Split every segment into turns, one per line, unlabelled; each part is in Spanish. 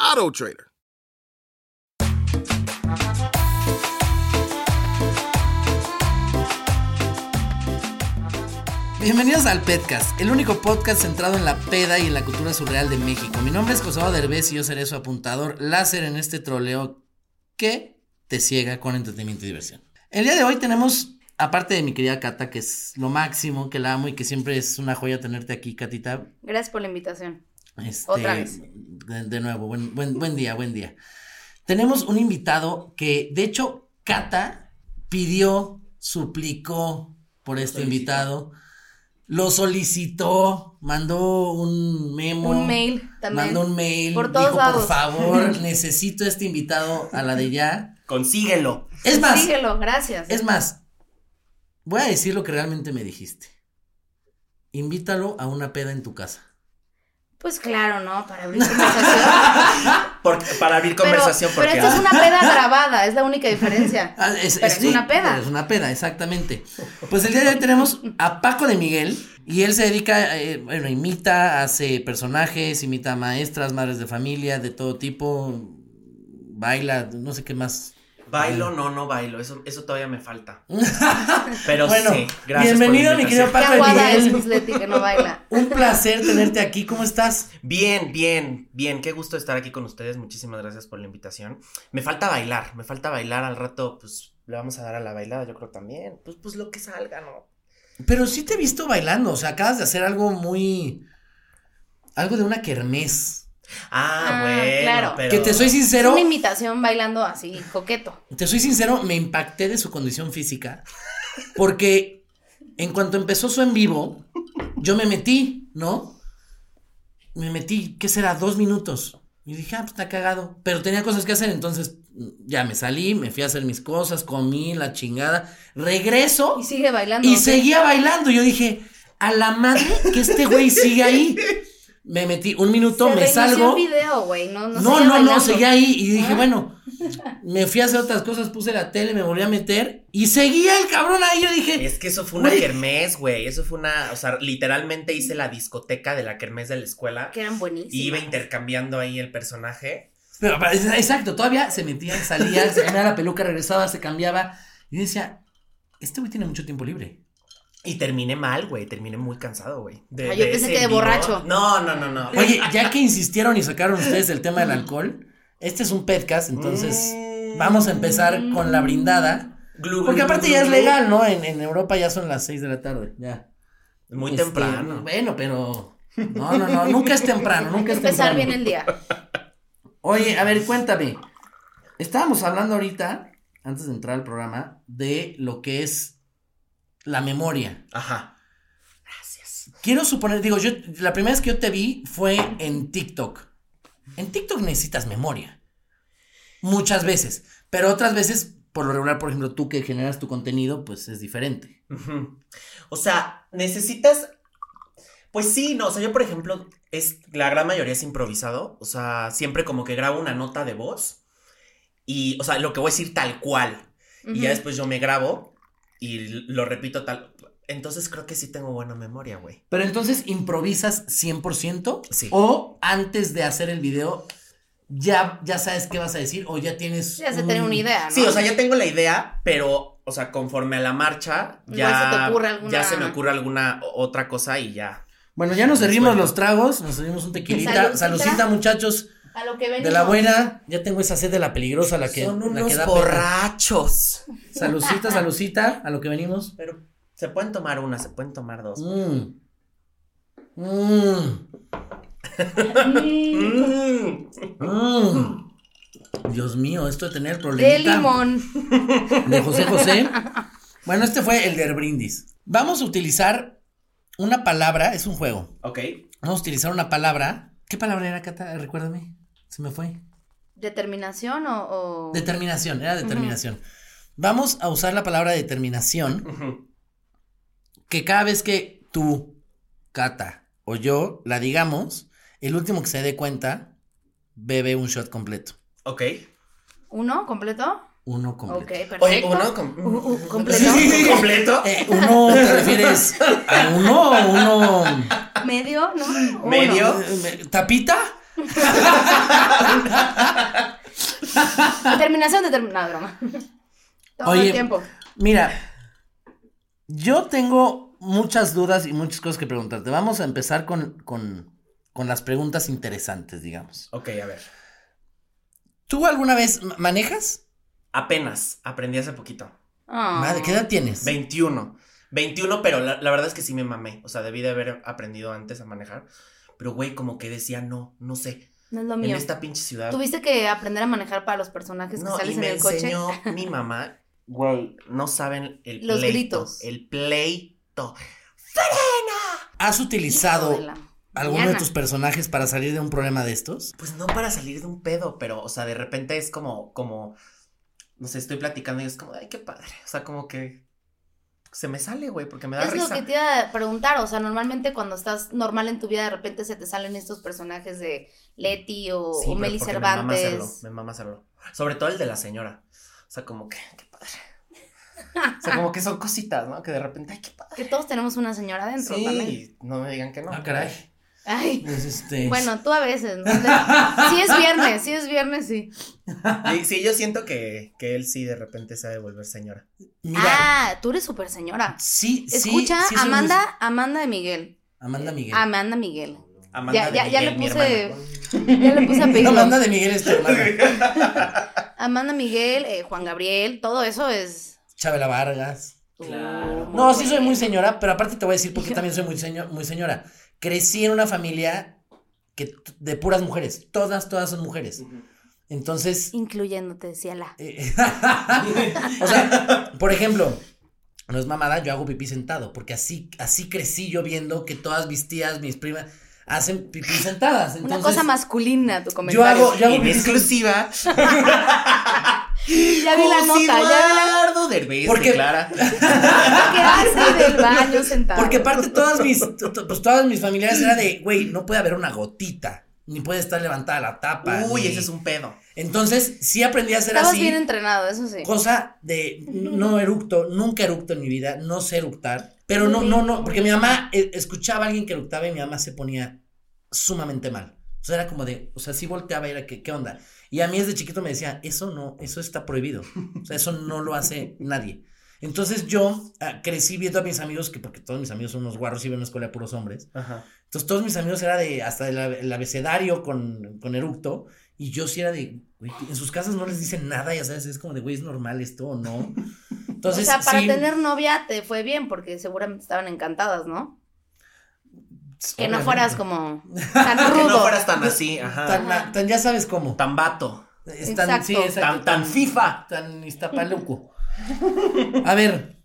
AutoTrader.
Bienvenidos al Petcast, el único podcast centrado en la peda y en la cultura surreal de México. Mi nombre es José Derbez y yo seré su apuntador láser en este troleo que te ciega con entretenimiento y diversión. El día de hoy tenemos, aparte de mi querida Cata, que es lo máximo, que la amo y que siempre es una joya tenerte aquí, Catita.
Gracias por la invitación.
Este,
Otra vez.
De, de nuevo, buen, buen, buen día, buen día. Tenemos un invitado que, de hecho, Cata pidió, suplicó por este invitado, lo solicitó, mandó un memo.
Un mail también.
Mandó un mail.
Por todos
dijo,
lados.
por favor, necesito este invitado a la de ya.
Consíguelo.
Es más,
Síguelo, gracias.
es más, voy a decir lo que realmente me dijiste. Invítalo a una peda en tu casa.
Pues claro, ¿no? Para abrir conversación.
Porque- para abrir conversación,
pero,
porque
pero esto es una peda grabada, es la única diferencia.
Ah,
Pero es una peda.
pero Es una peda, exactamente. Pues el día de hoy tenemos a Paco de Miguel y él se dedica, eh, bueno, imita, hace personajes, imita a maestras, madres de familia, de todo tipo, baila, no sé qué más.
bailo, no, no bailo. Eso, eso todavía me falta. Pero
Bueno,
sí, gracias.
bienvenido,
por la
mi querido
invitación.
Qué
Paco de
aguada es
Miguel.
Misleti que no baila.
Un placer tenerte aquí, ¿cómo estás?
Bien, bien, bien. Qué gusto estar aquí con ustedes. Muchísimas gracias por la invitación. Me falta bailar, me falta bailar. Al rato, pues le vamos a dar a la bailada, yo creo también. Pues, pues lo que salga, ¿no?
Pero sí te he visto bailando, o sea, acabas de hacer algo muy... Algo de una kermés.
Ah,
Ah,
bueno.
claro.
Pero...
Que te soy
Es
sincero,
una imitación bailando así, coqueto.
te soy sincero, me impacté de su condición física. Porque en cuanto empezó su en vivo, yo me metí, ¿no? Me metí, ¿qué será? Dos minutos. Y dije, ah, pues está cagado. Pero tenía cosas que hacer, entonces mm, ya me salí, me fui a hacer mis cosas, comí la chingada. Regreso.
Y sigue bailando.
Y
¿sí?
seguía bailando. Yo dije, a la madre que este güey sigue ahí. Me metí un minuto,
Se
me
reinició
salgo.
el video, güey. No, no,
No,
seguía
no, no,
bailando.
seguía ahí. Y dije, bueno, me fui a hacer otras cosas, puse la tele, me volví a meter. Y seguía el cabrón ahí. Yo dije,
Es que eso fue una
Güey.
kermés, güey. Eso fue una. O sea, literalmente hice la discoteca de la kermés de la escuela.
Que eran buenísimos.
Y iba intercambiando ahí el personaje.
pero, pero, es- exacto, todavía se metía, salía, se cambiaba la peluca, regresaba, se cambiaba. Y yo decía, este güey tiene mucho tiempo libre.
Y terminé mal, güey. Terminé muy cansado, güey. De-
Ah, yo
de
pensé
ese
que de
en vivo.
borracho.
No, no, no, no.
Oye, ya que insistieron y sacaron ustedes el tema del alcohol, este es un podcast, entonces
Mm.
vamos a empezar con la brindada.
Glu,
Porque
glu,
aparte
glu,
ya es
glu.
legal, ¿no? En, en Europa ya son las 6 de la tarde, ya.
Muy
Este,
temprano.
Bueno, pero... No, no, no, nunca es temprano, nunca es
Empezar
temprano.
bien el día.
Oye, a ver, cuéntame. Estábamos hablando ahorita, antes de entrar al programa, de lo que es la memoria.
Ajá.
Quiero suponer, digo, yo la primera vez que yo te vi fue en TikTok. En TikTok necesitas memoria. Muchas veces. Pero otras veces, por lo regular, por ejemplo, tú que generas tu contenido, pues es diferente.
Ujú. O sea, necesitas. Pues sí, no. O sea, yo, por ejemplo, es la gran mayoría es improvisado. O sea, siempre como que grabo una nota de voz. Y, o sea, lo que voy a decir tal cual. Y ya
Ujú.
después yo me grabo y lo repito tal. Entonces creo que sí tengo buena memoria, güey.
Pero entonces, ¿improvisas 100%?
Sí.
¿O antes de hacer el video, ya, ya sabes qué vas a decir o ya tienes...
Ya se tiene una idea, ¿no?
Sí, o sea, ya tengo la idea, pero, o sea, conforme a la marcha, ya,
Igual se te ocurre alguna-
ya se me ocurre alguna o- otra cosa y ya.
Bueno, ya nos servimos los tragos, nos servimos un tequilita.
Saludcita.
Saludcita, muchachos.
A lo que venimos.
De la buena, ya tengo esa sed de la peligrosa, la que,
Son
la
unos
que da pena.
borrachos.
Salucita, salucita, a lo que venimos.
Pero se pueden tomar una, se pueden tomar dos.
Mm. Mm.
Mm,
Mm.
Mm. Dios mío, esto de tener
De
problemita.
limón.
de José José. Bueno, este fue el del brindis. Vamos a utilizar una palabra, es un juego.
Ok.
Vamos a utilizar una palabra. ¿Qué palabra era, Cata? Recuérdame. Se me fue.
¿Determinación o, o-
Determinación, era determinación. Vamos a usar la palabra determinación,
Ujú.
que cada vez que tú, Cata o yo la digamos, el último que se dé cuenta bebe un shot completo.
Ok.
uno completo?
Uno completo.
Ok, perfecto.
Oye, uno com-
Uh, uh, completo.
completo.
Eh, uno, ¿te refieres a uno? o ¿Uno?
Medio, ¿no? Uno.
Medio.
eh, ¿Tapita?
Determinación, determinada broma. Todo
Oye.
el tiempo.
Mira, yo tengo muchas dudas y muchas cosas que preguntarte. Vamos a empezar con, con, con las preguntas interesantes, digamos.
Ok, a ver.
¿Tú alguna vez ma- manejas?
Apenas aprendí hace poquito.
Ah.
Madre, ¿qué edad tienes?
21. 21, pero la, la verdad es que sí me mamé. O sea, debí de haber aprendido antes a manejar. Pero, güey, como que decía, no, no sé.
No es lo
En
mío.
esta pinche ciudad.
Tuviste que aprender a manejar para los personajes que
No, y
sales en
me
el coche.
enseñó mi mamá. Güey, no saben el
Los
pleito,
gritos.
El pleito.
¿Has utilizado
Hijo de la
alguno de
Diana.
tus personajes para salir de un problema de estos?
Pues no para salir de un pedo, pero, o sea, de repente es como, como, no sé, estoy platicando y es como, ay, qué padre. O sea, como que se me sale, güey, porque me da
Es lo
risa.
que te iba a preguntar, o sea, normalmente cuando estás normal en tu vida, de repente se te salen estos personajes de Leti o,
Sí,
o
pero
Meli
porque Me mama hacerlo,
Cervantes.
me mama hacerlo. Sobre todo el de la señora. O sea, como que, qué padre. O sea, como que son cositas, ¿no? Que de repente, ay, qué padre.
Que todos tenemos una señora adentro también.
Sí, no me digan que no.
Ah, caray.
Ay,
Es este-
bueno, tú a veces. ¿no? Sí es viernes, sí es viernes, sí.
Sí, sí, yo siento que, que él sí de repente sabe volver señora.
Mira,
Ah, tú eres súper señora.
sí, sí.
Escucha,
sí es un-
Amanda, Amanda de Miguel.
Amanda Miguel.
Amanda Miguel.
Amanda
Ya-
de
ya- ya le
Miguel, mi
puse-
hermana.
Ya le puse apellido.
Amanda de Miguel es tu hermana.
Amanda Miguel, eh, Juan Gabriel, todo eso es.
Chabela Vargas.
Claro.
No, sí soy muy señora, pero aparte te voy a decir porque también soy muy, seño- muy señora. Crecí en una familia que t- de puras mujeres. Todas, todas son mujeres. Entonces,
Incluyéndote, decía la.
eh, o sea, por ejemplo, no es mamada, yo hago pipí sentado, porque así, así crecí yo viendo que todas mis tías, mis primas, hacen pipí sentadas.
Una
Entonces,
cosa masculina tu
yo
comentario.
hago, yo hago
En
pipí
exclusiva.
Ya vi la
José
nota, ya vi la
Eduardo Derbez,
Porque-
de Clara.
¿Qué hace del baño sentado?
Porque aparte todas mis, t- t- pues todas mis familiares era de, güey, no puede haber una gotita, ni puede estar levantada la tapa.
Uy,
ni-
ese es un pedo.
Entonces, sí aprendí a hacer
Estabas
así.
bien entrenado, eso sí.
Cosa de no eructo, nunca eructo en mi vida, no sé eructar. Pero no, no, no, porque mi mamá eh, escuchaba a alguien que eructaba y mi mamá se ponía sumamente mal. O sea, era como de, o sea, sí volteaba y era que, ¿qué onda? Y a mí desde chiquito me decía, eso no, eso está prohibido. O sea, eso no lo hace nadie. Entonces yo ah, crecí viendo a mis amigos, que porque todos mis amigos son unos guarros y ven una escuela de puros hombres.
Ajá.
Entonces todos mis amigos era de hasta el, abe- el abecedario con, con eructo y yo sí era de, güey, en sus casas no les dicen nada, ya sabes, es como de, güey, es normal esto o no. Entonces,
o sea, para
sí,
tener novia te fue bien, porque seguramente estaban encantadas, ¿no? Que no
obviamente.
fueras como tan
Que
rudo.
no fueras tan así, ajá.
Tan, tan- ya sabes cómo.
Tan vato.
Es tan-
Exacto.
sí, exacto,
Tan, tan FIFA.
Tan iztapaluco. A ver,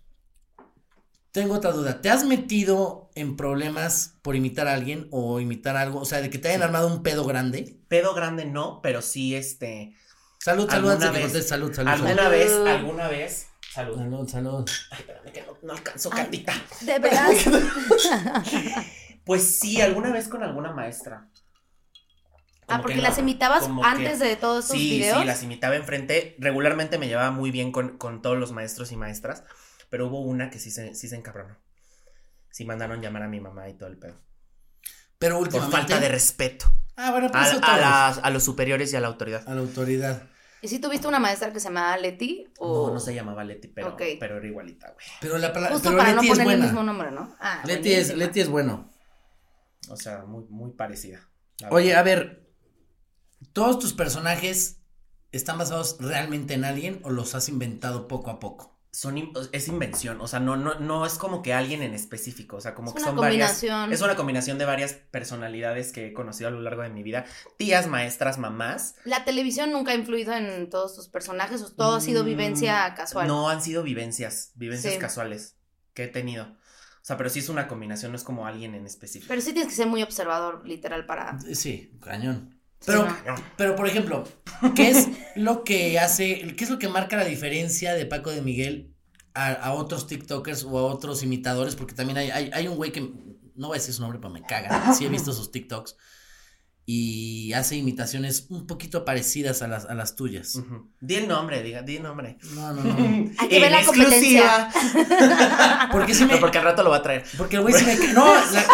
tengo otra duda. ¿Te has metido en problemas por imitar a alguien o imitar algo? O sea, de que te hayan armado un pedo grande.
Pedo grande no, pero sí este.
Salud, salud, antes
¿Alguna
de que
vez?
contestes, salud, salud.
Alguna
salud.
vez, alguna vez. Salud.
Salud, salud.
Ay, espérame que no, no alcanzo, Candita.
De veras.
Pues sí, alguna vez con alguna maestra.
Ah,
Como
porque
que no,
las imitabas
como
antes
que-
de todos esos
sí,
videos.
Sí, las imitaba enfrente. Regularmente me llevaba muy bien con, con todos los maestros y maestras, pero hubo una que sí se, sí se encabronó. Sí mandaron llamar a mi mamá y todo el pedo.
Pero
Por
últimamente.
falta de respeto
Ah, bueno,
a,
pues eso
a
todos.
las- a los superiores y a la autoridad.
A la autoridad.
¿Y si tuviste una maestra que se llamaba Leti? O...
No, no se llamaba Leti, pero,
Ok.
pero era igualita, güey.
Pero la palabra.
Justo
pero
para
Leti
no
es
poner el
buena.
mismo nombre, ¿no? Ah,
Leti, es,
buenísima.
Leti es bueno.
O sea, muy, muy parecida. la
Oye,
verdad.
a ver. ¿Todos tus personajes están basados realmente en alguien o los has inventado poco a poco?
son in- es invención, o sea, no, no, no es como que alguien en específico, o sea, como
Es
que
una
son varias.
combinación.
Es una combinación de varias personalidades que he conocido a lo largo de mi vida. Tías, maestras, mamás.
La televisión nunca ha influido en todos tus personajes, o todo ha sido
Mm,
vivencia casual.
No han sido vivencias, vivencias
Sí.
casuales que he tenido. O sea, pero sí es una combinación, no es como alguien en específico.
Pero sí tienes que ser muy observador, literal, para.
Sí, cañón. Pero,
Sí,
no.
pero por ejemplo, ¿qué es lo que hace, qué es lo que marca la diferencia de Paco de Miguel a, a otros TikTokers o a otros imitadores? Porque también hay, hay, hay un güey que, no voy a decir su nombre, pero me caga. Sí he visto sus TikToks y hace imitaciones un poquito parecidas a las, a las tuyas.
Ujú. Di el nombre, diga, di el nombre.
No, no, no.
Hay que ver
En
la competencia.
exclusiva.
Porque sí me,
No, porque al rato lo va a traer.
Porque el güey sí me cae. No, la-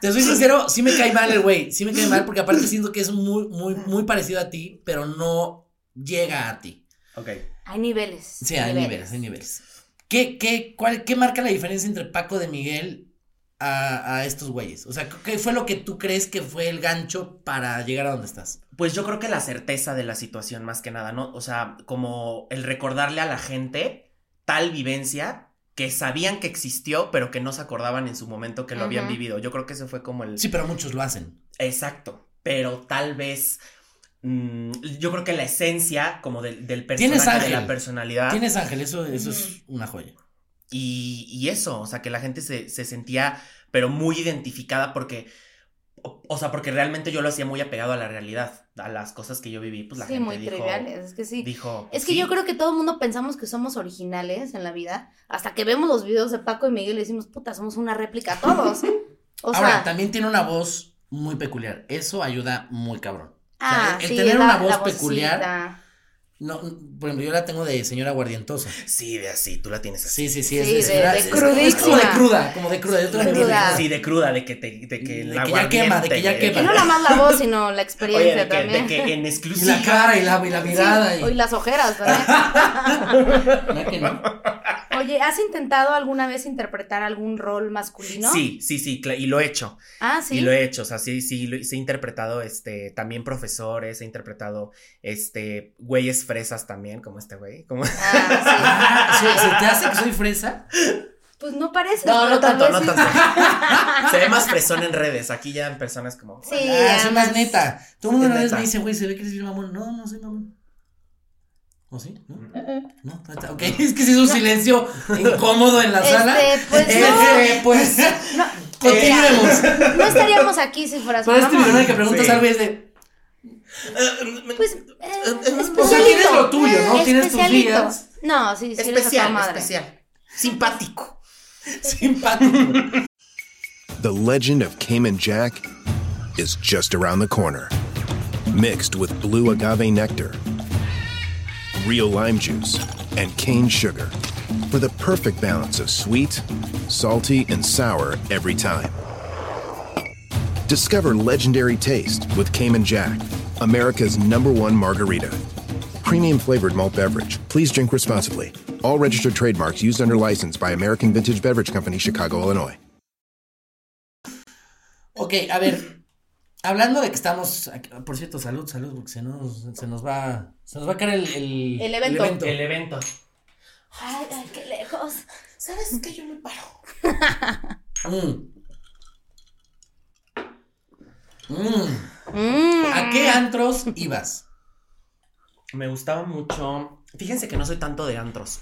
te- te, soy sincero, sí me cae mal el güey. Sí me cae mal porque aparte siento que es muy, muy, muy parecido a ti, pero no llega a ti.
Ok.
Hay niveles.
Sí, hay niveles, hay niveles. ¿Qué, qué, cuál, ¿Qué marca la diferencia entre Paco de Miguel a, a estos güeyes? O sea, ¿qué fue lo que tú crees que fue el gancho para llegar a donde estás?
Pues yo creo que la certeza de la situación más que nada, ¿no? O sea, como el recordarle a la gente tal vivencia que sabían que existió, pero que no se acordaban en su momento que lo habían
Ujú.
vivido. Yo creo que ese fue como el...
Sí, pero muchos lo hacen.
Exacto. Pero tal vez... mm, yo creo que la esencia como del, del
Tienes
personaje, de
ángel.
la personalidad.
Tienes Ángel, eso, eso es una joya.
Y, y eso, o sea, que la gente se, se sentía, pero muy identificada porque, o, o sea, porque realmente yo lo hacía muy apegado a la realidad, a las cosas que yo viví, pues la
Sí,
gente
muy
dijo,
triviales. Es que sí.
dijo,
Es que
sí,
yo creo que todo el mundo pensamos que somos originales en la vida, hasta que vemos los videos de Paco y Miguel y decimos, puta, somos una réplica todos. O sea,
Ahora, también tiene una voz muy peculiar. Eso ayuda muy cabrón.
ah,
el
sí,
tener
la-
una
la
voz
vocecita.
peculiar, No, n- por ejemplo, yo la tengo de señora guardientosa.
Sí, de así, tú la tienes así.
Sí, sí, sí, es
Sí,
de
de-
señora.
de
es- es como de
crudísima.
cruda, como de cruda. Yo te la tengo de
Cruda.
cruda.
Sí, de cruda, de que te, de
De
que
que
la
ya quema, de que ya
Que
quema.
no nada más la voz, sino la
Oye,
experiencia
de que, de
también.
que en
Y
exclusiva.
la cara y la, y la mirada.
Sí,
y-
y las ojeras también.
¿Verdad que no?
Oye, ¿has intentado alguna vez interpretar algún rol masculino?
Sí, sí, sí, cla- y lo he hecho.
Ah, sí.
Y lo he hecho, o sea, sí, sí, lo- sí he interpretado, este, también profesores, he interpretado, este, güeyes fresas también, como este güey, como...
Ah,
Ah, ¿se, se te hace que soy fresa?
sí. Pues no parece.
No,
pero
no
tal
tanto, no
vez sí.
tanto. Se ve más fresón en redes, aquí ya en personas como...
Sí,
ah, soy más
además-
neta. Todo el mundo una
Es
vez me
neta.
dice, güey, se ve que eres bien mamón. No, no soy mamón. ¿O sí? ¿No?
Mm.
Eh, No, neta, ok. Es que se hizo un silencio incómodo en la
Este,
sala.
pues,
Este,
no. Eh,
pues,
No,
continuemos.
no estaríamos aquí si fueras
Pero este
mamá.
video que preguntas
Sí.
algo es de.
Pues eh, especialito.
O sea, tienes lo tuyo, ¿no? Tienes tus
Especialito.
días.
No, sí, sí eres a toda
especial,
madre.
especial. Simpático.
Simpático.
The legend of Cayman Jack is just around the corner. Mixed with blue agave nectar, real lime juice, and cane sugar for the perfect balance of sweet, salty, and sour every time. Discover legendary taste with Cayman Jack, America's number one margarita. Premium flavored malt beverage. Please drink responsibly. All registered trademarks used under license by American Vintage Beverage Company, Chicago, Illinois.
Ok, a ver. Hablando de que estamos. aquí- por cierto, salud, salud, porque se nos, se nos va. Se nos va a caer el, el,
El evento.
El evento.
Ay, ay, qué lejos.
¿Sabes que Yo me paro.
Mm. Mm. ¿A qué antros ibas?
Me gustaba mucho... Fíjense que no soy tanto de antros.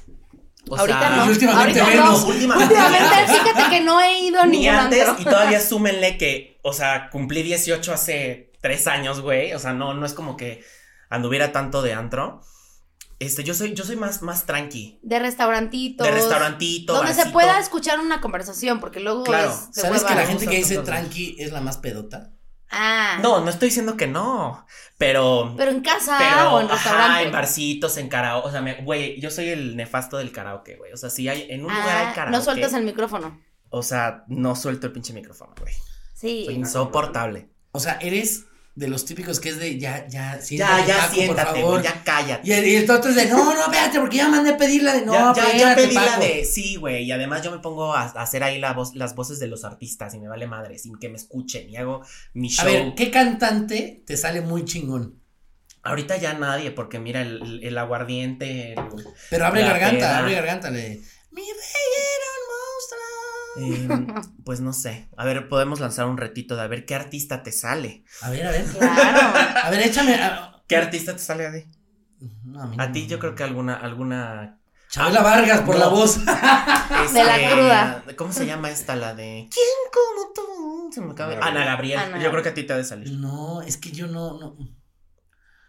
O
Ahorita
sea,
no.
y últimamente
Ahorita
menos.
no.
Últimamente
Últimamente, fíjate que no he ido a
Ni
ningún
antes,
antro.
y todavía súmenle que, o sea, cumplí 18 hace tres años, güey. O sea, no, no es como que anduviera tanto de antro. Este, yo soy, yo soy más, más tranqui.
De restaurantitos.
De restaurantito.
Donde se
barcito.
pueda escuchar una conversación, porque luego
Claro.
es de
¿Sabes
hueva.
que la
no
gente
usan
que dice
tantos.
tranqui es la más pedota?
Ah,
No, no estoy diciendo que no. Pero.
pero en casa
pero,
o en
ajá,
restaurante.
en barcitos, en karaoke. O sea, me- güey, yo soy el nefasto del karaoke, güey. O sea, si hay en un lugar hay
Ah,
karaoke.
no sueltas el micrófono.
O sea, no suelto el pinche micrófono, güey. Soy
Sí.
insoportable.
O sea, eres de los típicos que es de ya, ya, siéntate,
Ya, ya,
Paco, por
siéntate,
favor.
güey, ya cállate.
Y el, y el otro es de, no, no, espérate, porque ya mandé a pedir la de, no,
ya, ya, ya
espérate,
pedí la
Paco".
de. Sí, güey. Y además yo me pongo a, a hacer ahí la voz, las voces de los artistas y me vale madre, sin que me escuchen. Y hago mi
A
show.
ver, ¿qué cantante te sale muy chingón?
Ahorita ya nadie, porque mira el, el aguardiente. el-
Pero abre
La
garganta,
peda.
abre garganta, le. Mi rey era un monstruo.
eh, pues no sé. A ver, podemos lanzar un retito de a ver qué artista te sale.
A ver, a ver.
Claro.
A ver, échame. A,
¿Qué artista te sale a ti?
no, a mí
A
no.
ti yo creo que alguna, alguna.
Chabela Vargas por
No.
la voz.
De la
este,
cruda.
¿Cómo se llama esta? La de. ¿Quién como tú? Se me acaba- Ana Gabriel.
Ana
Yo creo que a ti te ha de salir.
No, es que yo no. no.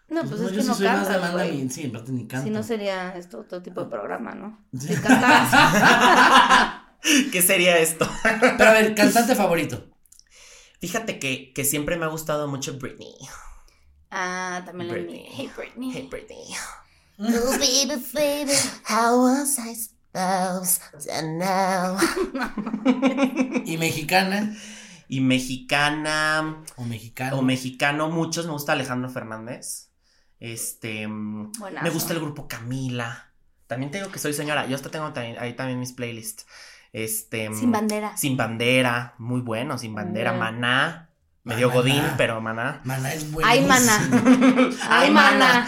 No, pues
No,
es
yo
que
sí
no
soy más de
canta,
banda
güey.
ni- sí, aparte ni canto.
Si no sería esto otro tipo de programa, ¿no?
Sí.
Si cantaras.
¿Qué sería esto?
Pero a ver, cantante favorito.
Fíjate que, que siempre me ha gustado mucho Britney.
Ah, también la de
Britney.
mi- Hey Britney.
Hey, Britney.
Oh, baby, baby.
How was I supposed to know?
Y mexicana
Y mexicana
o mexicano.
o mexicano, muchos. Me gusta Alejandro Fernández. Este. mm,
Buenazo.
Me gusta el grupo Camila. También te digo que soy señora. Yo hasta tengo también- ahí también mis playlists. Este. mm,
Sin bandera.
Sin bandera. Muy bueno, sin bandera.
Mm.
Ah, Maná.
Maná.
Medio Godín, pero Maná.
Maná es bueno.
Ay, mana. Ay, mana.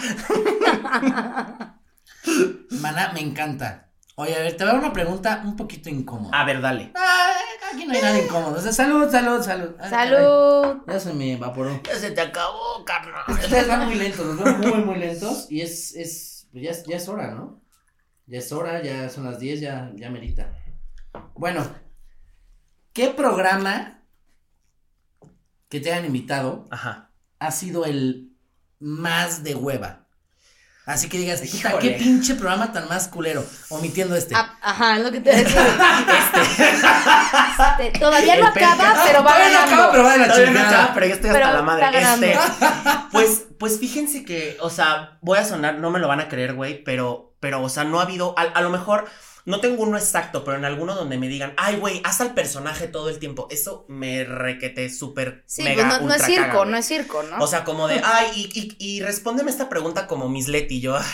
Maná me encanta. Oye, a ver, te voy a dar una pregunta un poquito incómoda.
A ver, dale.
Ah, aquí no hay nada incómodo. O sea, salud, salud, salud. Ay,
Salud.
caray, Ya se me evaporó.
Ya se te acabó, carnal.
Ustedes van muy lentos, los veo muy, muy lentos. Y es, es, pues ya, es- ya es hora, ¿no? Ya es hora, ya son las 10, ya, ya merita. Bueno, ¿qué programa que te hayan invitado
Ajá.
ha sido el más de hueva? Así que digas, puta,
Híjole.
qué pinche programa tan más culero, omitiendo este.
Ah, Ajá, es lo que te decía. Este, todavía no
El perca-
acaba, pero va
Todavía no
ganando.
acaba, pero va de la
Todavía no
chingada.
acaba, pero ya estoy
Pero
hasta la madre.
está ganando.
Este, pues, pues fíjense que, o sea, voy a sonar, no me lo van a creer, güey, pero, pero, o sea, no ha habido, a, a lo mejor, no tengo uno exacto, pero en alguno donde me digan, ay, güey, haz al personaje todo el tiempo. Eso me requete súper.
Sí,
mega,
pues no, no es
ultra
circo,
caga, güey.
no es circo, ¿no?
O sea, como de, ay, y, y, y respóndeme esta pregunta como Miss Leti, yo, ay,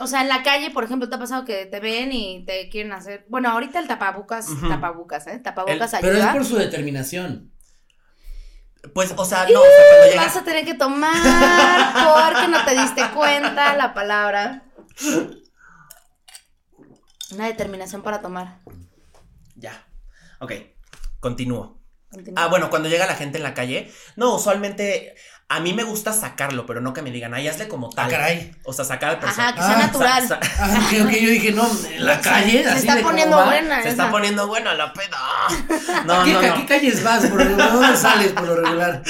O sea, en la calle, por ejemplo, te ha pasado que te ven y te quieren hacer. Bueno, ahorita el tapabucas,
Ujú.
tapabucas, ¿eh? Tapabucas
El-
ayuda.
Pero es por su determinación.
pues, o sea, no, o sea, cuando llegan-
Vas a tener que tomar porque no te diste cuenta la palabra. Una determinación para tomar.
Ya, ok, continúo.
Continúa.
Ah, bueno, cuando llega la gente en la calle, no, usualmente a mí me gusta sacarlo, pero no que me digan, ay, hazle como tal.
Ah, caray.
O sea, sacar al
Ajá,
personaje.
que sea
Ah,
natural.
Sa- sa-
Ah, ok, ok, yo dije, no, en la calle.
se
así
está
de cómo
poniendo
va.
buena.
se
esa.
está poniendo buena la peda. No,
¿Qué,
no,
ca- qué
no.
calles vas? Por lo, ¿Dónde sales por lo regular?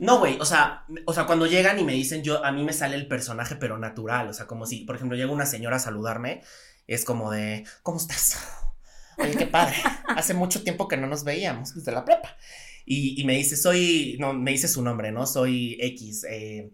No, güey, o sea, o sea, cuando llegan y me dicen, yo, a mí me sale el personaje, pero natural. O sea, como si, por ejemplo, llega una señora a saludarme, es como de, ¿cómo estás? Oye, qué padre. Hace mucho tiempo que no nos veíamos desde la prepa. Y, y me dice, soy, no, me dice su nombre, ¿no? Soy X, eh,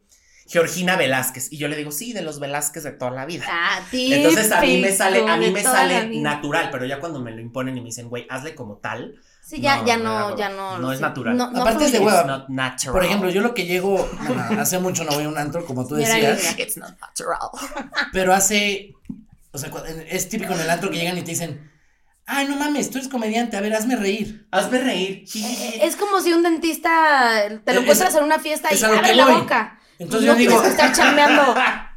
Georgina Velázquez. Y yo le digo, sí, de los Velázquez de toda la vida.
Ah, típico
Entonces a mí me sale, a mí
de
me
toda la
sale
vida.
natural, pero ya cuando me lo imponen y me dicen, güey, hazle como tal,
Sí, ya
No,
ya
me da
no,
hueva.
ya no.
No es
sí.
natural.
Aparte es de
fluye.
hueva.
it's not natural.
Por ejemplo, yo lo que llego, bueno, hace mucho no voy a un antro, como tú
Y ahora
decías,
llega.
it's not natural.
pero hace, o sea, cu- es típico en el antro que llegan y te dicen, ay, no mames, tú eres comediante, a ver, hazme reír.
Hazme reír.
Es como si un dentista te
Es-
lo encuentras
es-
en una fiesta
es
y
a lo que
abre la
voy.
boca.
Entonces
no
yo digo-
tienes que estar chambeando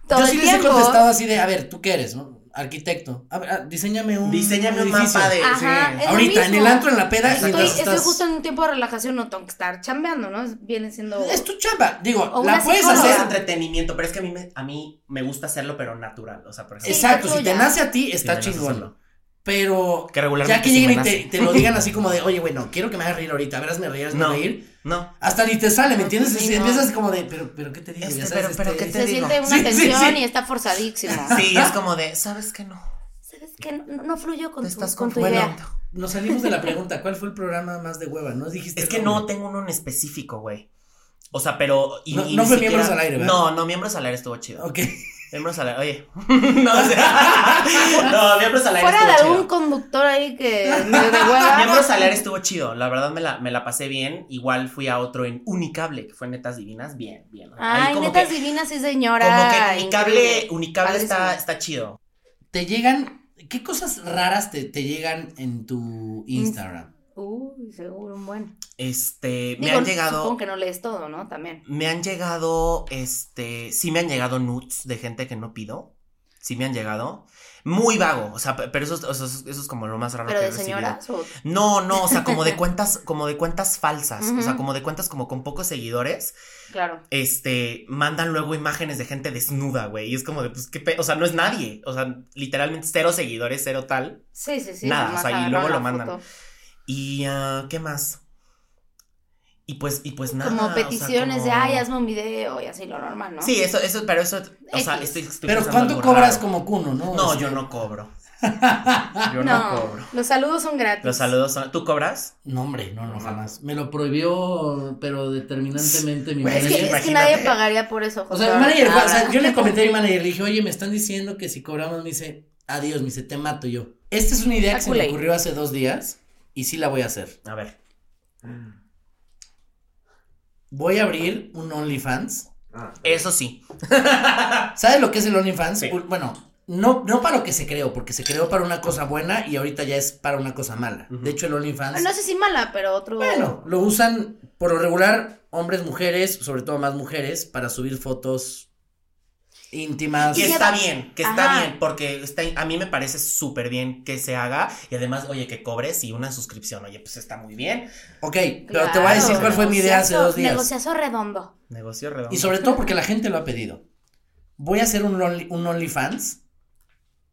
todo
yo
el
sí les he
tiempo.
contestado así de, a ver, ¿tú qué eres? no? Arquitecto. A ver, ah, diseñame un
Diseñame un
edificio".
mapa de.
Ajá,
sí.
es lo
Ahorita, en
mismo.
el antro, en la peda,
Estoy-
Estoy,
mientras
estoy
estás-
justo en un tiempo de relajación, no tengo que estar chambeando, ¿no? Viene siendo.
Es tu chamba. Digo,
O
la
una
puedes
No,
psicóloga.
es
hacer.
entretenimiento, pero es que a mí, me, a mí me gusta hacerlo, pero natural. O sea, por ejemplo.
Sí,
Exacto,
que
si te
fluya.
nace a ti, está
me nace
chingón.
hacerlo.
Pero
Que regularmente
ya que
sí me
lleguen y te,
nace.
te lo digan así como de, oye, bueno, quiero que me hagas reír ahorita, a ver, hazme reír, hazme
No.
reír.
No. pues
Hasta ni te sale, ¿me entiendes?
Sí,
Si
no.
empiezas como de, pero, pero ¿qué te digo?
Este,
Ya
pero- pero ¿qué te-
se
digo.
siente una
Sí, sí,
tensión
sí.
y está forzadísimo.
Sí, es como de, ¿sabes que no?
¿Sabes qué? No, no fluyó con
Te
tu,
estás
con tu
confundiendo.
idea.
Bueno, nos salimos de la pregunta. ¿Cuál fue el programa más de hueva? ¿No dijiste?
Es que
el
no
nombre?
tengo uno en específico, güey. O sea, pero. y-
No-
y
no
ni
fue
siquiera-
Miembros al Aire, ¿verdad?
No, no, miembros al aire estuvo chido.
Ok.
Miembros al aire. Oye. no, o sea, no, miembros al aire.
Fuera de
estuvo chido.
algún Ah, conductor ahí que me de hueva.
Miembros al aire estuvo chido. La verdad me la, me la pasé bien. Igual fui a otro en Unicable, que fue Netas Divinas. Bien, bien. Ahí
Ay, netas
que,
divinas, sí,
Como
señora.
que Unicable,
Increíble.
Unicable está,
Padrísimo.
está chido.
Te llegan. ¿Qué cosas raras te, te llegan en tu
Mm.
Instagram?
Uy, seguro, un buen.
Este, me
Digo,
han llegado.
Supongo que no lees todo, ¿no? También.
Me han llegado, este, sí me han llegado nudes de gente que no pido. Sí me han llegado. Muy vago, o sea, pe- pero eso, es- eso, es- eso es como lo más raro
Pero
Ah, que he
de
recibido.
señoras o.
No, no, o sea, como de cuentas, como de cuentas falsas, o sea,
Ujú.
como de cuentas como con pocos seguidores,
Claro.
este, mandan luego imágenes de gente desnuda, güey, y es como de, pues, qué pe- o sea, no es nadie, o sea, literalmente cero seguidores, cero tal,
Sí, sí, sí.
Nada,
nomás
o sea, y
agarraron
luego
la
lo mandan.
foto.
y, ah, ¿qué más? Y pues, y pues nada. o
como
sea,
peticiones
como-
de, ay, hazme un video y así lo normal, ¿no?
Sí, eso, eso, pero eso, o sea,
X.
estoy, estoy
Pero
pensando
¿cuánto
algo
cobras
raro.
como cuno, no? Este,
No,
Así
yo
de-
no cobro. Yo no,
No,
cobro.
los saludos son gratis.
Los saludos son. ¿Tú cobras?
No, hombre, no, no, jamás. Me lo prohibió, pero determinantemente mi
Güey,
Es que,
manager.
es que
Imagínate.
nadie pagaría por eso.
O sea, mi
José.
manager, fue- o sea,
Ahora.
yo le comenté a mi manager, le dije, oye, me están diciendo que si cobramos, me dice, adiós, me dice, te mato yo. Esta es una idea que se me
Calculate.
ocurrió hace dos días y sí la voy a hacer.
A ver.
Voy a abrir un OnlyFans.
Eso sí.
¿Sabes lo que es el OnlyFans?
Sí.
U- Bueno, no, no para lo que se creó, porque se creó para una cosa buena y ahorita ya es para una cosa mala. De hecho, el OnlyFans.
No sé si mala, pero otro.
Bueno, lo usan por lo regular hombres, mujeres, sobre todo más mujeres, para subir fotos íntimas.
Que
ya
está
va-
bien, que está
Ajá.
bien, porque está, a mí me parece súper bien que se haga y además, oye, que cobres y una suscripción, oye, pues está muy bien.
Ok, pero te voy a decir
Claro.
cuál fue mi idea hace dos
Negociazo-
días.
Negociazo redondo.
Negocio redondo.
Y sobre todo porque la gente lo ha pedido. Voy a hacer un only- un OnlyFans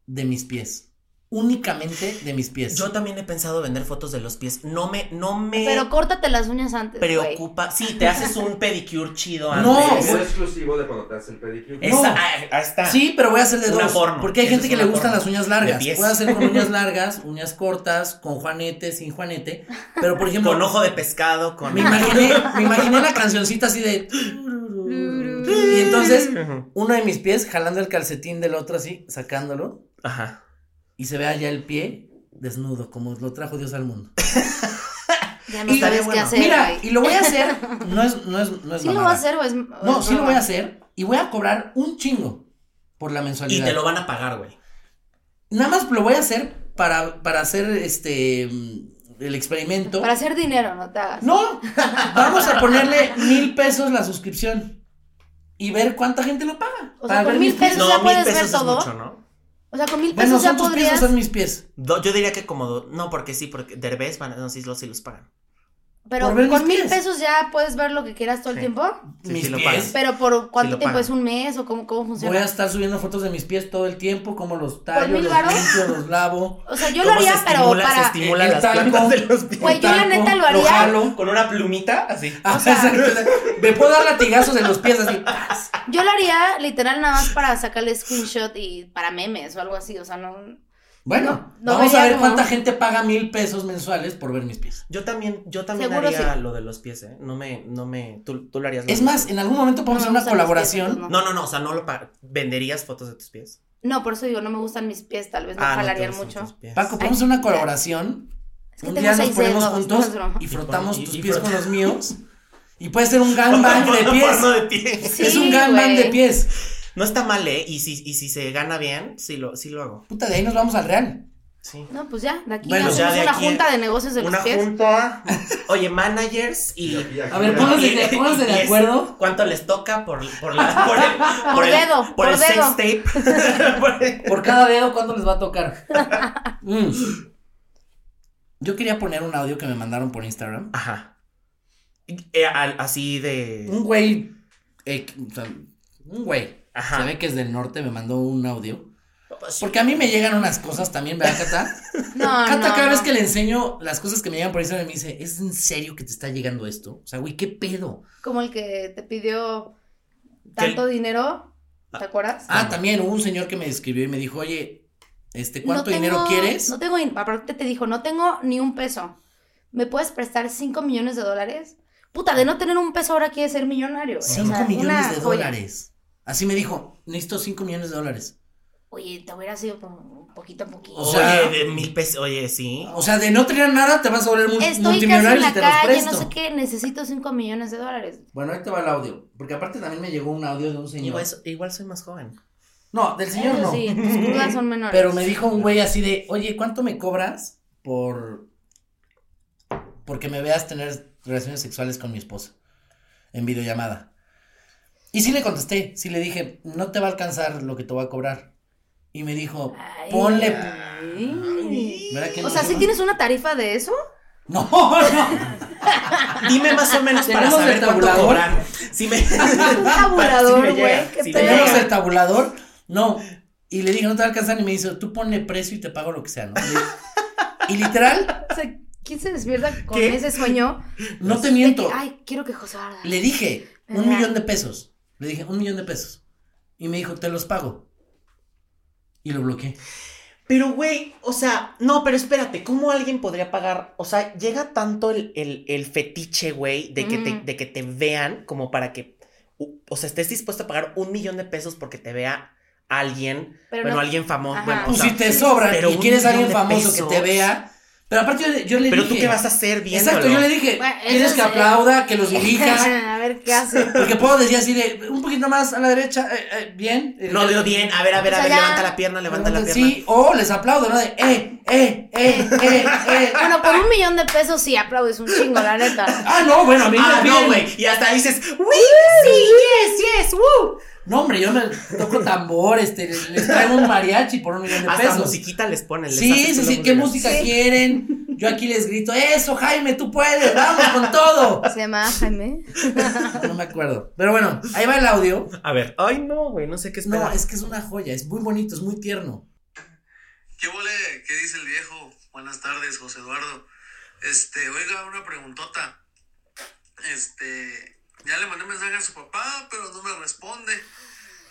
de mis pies. Únicamente de mis pies.
Yo también he pensado vender fotos de los pies. No me, no me
Pero córtate las uñas antes. güey.
preocupa. Sí, te haces un pedicure chido
No,
antes.
Es exclusivo de cuando te haces el pedicure.
Esa-
no.
ah, ahí está.
Sí, pero voy a hacer de
Una
dos.
porno.
Porque hay
Eso
gente
es
que le
una
gustan
porno.
las uñas
De
largas.
pies.
Puedo hacer con uñas largas, uñas cortas, con juanete, sin juanete. Pero por ejemplo.
Con ojo de pescado, con.
Me imaginé, me imaginé la cancioncita así de. Y entonces, uno de mis pies jalando el calcetín del otro así, sacándolo,
Ajá.
y se ve allá el pie desnudo, como lo trajo Dios al mundo.
Ya no
Y-
sabes qué
bueno,
hacer.
Mira,
güey.
y lo voy a hacer. No es, no es, no es
¿Sí lo
mamada.
va a hacer o es.?
No, sí lo voy a hacer. Y voy a cobrar un chingo por la
Y
mensualidad.
te lo van a pagar, güey.
Nada más lo voy a hacer para, para hacer este mm, el experimento.
Para hacer dinero, no te hagas.
No, vamos a ponerle mil pesos la suscripción y ver cuánta gente lo paga.
O sea,
Para
con
ver
mil
mis pies.
Pero eso ya
mil
puedes ver
pesos es
todo.
mucho, ¿no?
O sea, con mil
Bueno,
pesos
son
ya
tus pies o
podrías.
son mis pies.
Do- yo diría que como. do- No, porque sí, porque Derbez van a. No, sí, los, sí los pagan.
Pero
por ver
con
mis
mil
pies.
pesos ya puedes ver lo que quieras todo el
Sí.
tiempo.
Sí,
Mis
sí lo
pies.
pagan.
Pero por cuánto
lo
tiempo
pagan.
es un mes o cómo, cómo
Voy a
funciona.
estar subiendo fotos de mis pies todo el tiempo, como los tallo,
mil
los
varos?
limpio, los lavo.
O sea, yo lo
¿Cómo se
haría, pero
estimula- Se
para.
estimula
El
las
talco.
plantas de los pies.
Güey, yo la neta lo
Lo
haría.
jalo.
Con una plumita, así.
Ah, exacto. Me puedo dar latigazos de los pies así. ¡pas!
Yo lo haría literal nada más para sacarle screenshot y para memes o algo así. O sea, no.
Bueno,
No, no
vamos a
vería
ver
como-
cuánta gente paga mil pesos mensuales por ver mis pies.
Yo también, yo también
Seguro
haría
sí.
lo de los pies, ¿eh? No me, no me. Tú, tú lo harías.
Es
lo-
más, en algún momento podemos
No
hacer
me
una
gustan los pies,
colaboración.
entonces
No, no, no. O sea, no lo pa- venderías fotos de tus pies.
No, por eso digo, no me gustan mis pies, tal vez no
Ah, no,
jalarían
todos son
mucho.
tus pies.
Paco, podemos hacer una colaboración.
Es que
un
tengo
día nos
seis
ponemos
dedos, no
juntos
es broma.
y
Y
frotamos
pon-
tus
y- y
pies con
frota-
los míos. Y puede ser un gangbang de pies.
Porno de pies.
es un
Sí,
gangbang de
güey.
pies.
No está mal, ¿eh? Y si, y si se gana bien, sí lo, sí lo hago.
Puta, de ahí nos vamos al real.
Sí.
No, pues ya, de aquí
Bueno,
hacemos
ya de
una
aquí-
junta de negocios de
Una
los pies.
junta. Oye, managers y.
A ver, ponnos de, ponnos de
y es-
acuerdo.
¿Cuánto les toca por, por, la, por el, por
Por
el-
dedo,
por
por
el sex
dedo.
tape? Por el-
Por cada dedo, ¿cuánto les va a tocar? Mm. Yo quería poner un audio que me mandaron por Instagram.
Ajá. Eh, al- así de.
Un güey. eh, o sea, un güey.
Ajá.
Se ve que es del norte, me mandó un audio. Porque a mí me llegan unas cosas también, ¿verdad, Cata?
pues No,
Cata,
no,
cada
no.
vez que le enseño las cosas que me llegan por Instagram, me dice, ¿es en serio que te está llegando esto? O sea, güey, ¿qué pedo?
Como el que te pidió tanto dinero, ¿te acuerdas?
Ah, también hubo un señor que me escribió y me dijo, oye, este, ¿cuánto
No
dinero
tengo-
quieres?
No tengo, in- aparte te dijo, no tengo ni un peso. ¿Me puedes prestar 5 millones de dólares? Puta, de no tener un peso ahora quieres ser millonario. güey. O
Cinco
sea,
millones
una
de
joya.
dólares. Así me dijo, necesito 5 millones de dólares.
Oye, te hubiera sido como poquito a poquito.
O sea-
oye, de mil pesos. Oye, sí.
O sea, de no tener nada te vas a volver mul-
Estoy casi en
multimillonario si
la
te los
calle,
presto.
no sé qué, necesito 5 millones de dólares.
Bueno, ahí te va el audio. Porque aparte también me llegó un audio de un señor.
Igual, so- igual soy más joven.
No, del señor
Eso
no.
Sí, tus crudas son menores.
Pero me dijo un güey así de, oye, ¿cuánto me cobras por... Porque me veas tener relaciones sexuales con mi esposa? En videollamada. Y sí le contesté, sí le dije, no te va a alcanzar lo que te voy a cobrar. Y me dijo,
Ay.
ponle...
Ay.
¿Verdad que
O sea,
no?
¿sí tienes una tarifa de eso?
No, no.
Dime más o menos para
¿Tenemos
saber
el
cuánto
tabulador?
cobran. Si me...
Un tabulador,
Si me llega,
güey, qué
si me
pedo.
Tenemos
llega.
el tabulador. No. Y le dije, no te va a alcanzar. Y me dice, tú ponle precio y te pago lo que sea, ¿no? Y literal,
O sea, ¿quién se despierta con
¿Qué?
ese sueño?
no te
de
miento.
Pues que, Ay, quiero que José Vargas.
Le dije, un
Ajá.
millón de pesos. Le dije, un millón de pesos. Y me dijo, te los pago. Y lo bloqueé.
Pero, güey, o sea, no, pero espérate, ¿cómo alguien podría pagar? O sea, llega tanto el, el- el fetiche, güey, de, que te-
Ujú.
de que te vean como para que, u- o sea, estés dispuesto a pagar un millón de pesos porque te vea alguien,
Pero
bueno,
no-
alguien famoso,
Ajá.
bueno, o
Pues
sea,
si te sobra
pero
y
un
quieres a alguien
millón de
famoso que te
pesos.
vea. Pero aparte yo, le- yo le
pero
dije.
tú qué vas a hacer viéndolo.
Exacto, yo le dije,
Bueno, eso
quieres que
sería-
aplauda, que los dirija.
a ver qué hace.
Porque puedo decir así de, un poquito más a la derecha, eh, eh, bien. eh,
No veo bien, a ver, a ver,
O
a
sea,
ver,
ya-
levanta la pierna, levanta la pierna.
Pues Sí, o les aplaudo, ¿no? De, eh, eh, eh, eh, eh.
Bueno, por un millón de pesos sí aplaudes un chingo, la neta.
Ah, no, bueno, a mí
Ah,
me
no,
piden-
güey, y hasta dices, "Uy, sí, yes, yes, woo".
No, hombre, yo me toco tambor, este, les, les traigo un mariachi por un millón de
Hasta
pesos.
musiquita les ponen. les
Sí,
haces
sí,
una
sí, ¿qué música quieren? Yo aquí les grito, eso, Jaime, tú puedes, vamos con todo.
Se llama Jaime.
No me acuerdo. Pero bueno, ahí va el audio.
A ver, ay, no, güey, no sé qué esperar.
No, es que es una joya, es muy bonito, es muy tierno.
¿Qué huele? ¿Qué dice el viejo? Buenas tardes, José Eduardo. Este, oiga, una preguntota. Este, ya le mandé mensaje a su papá, pero no me responde.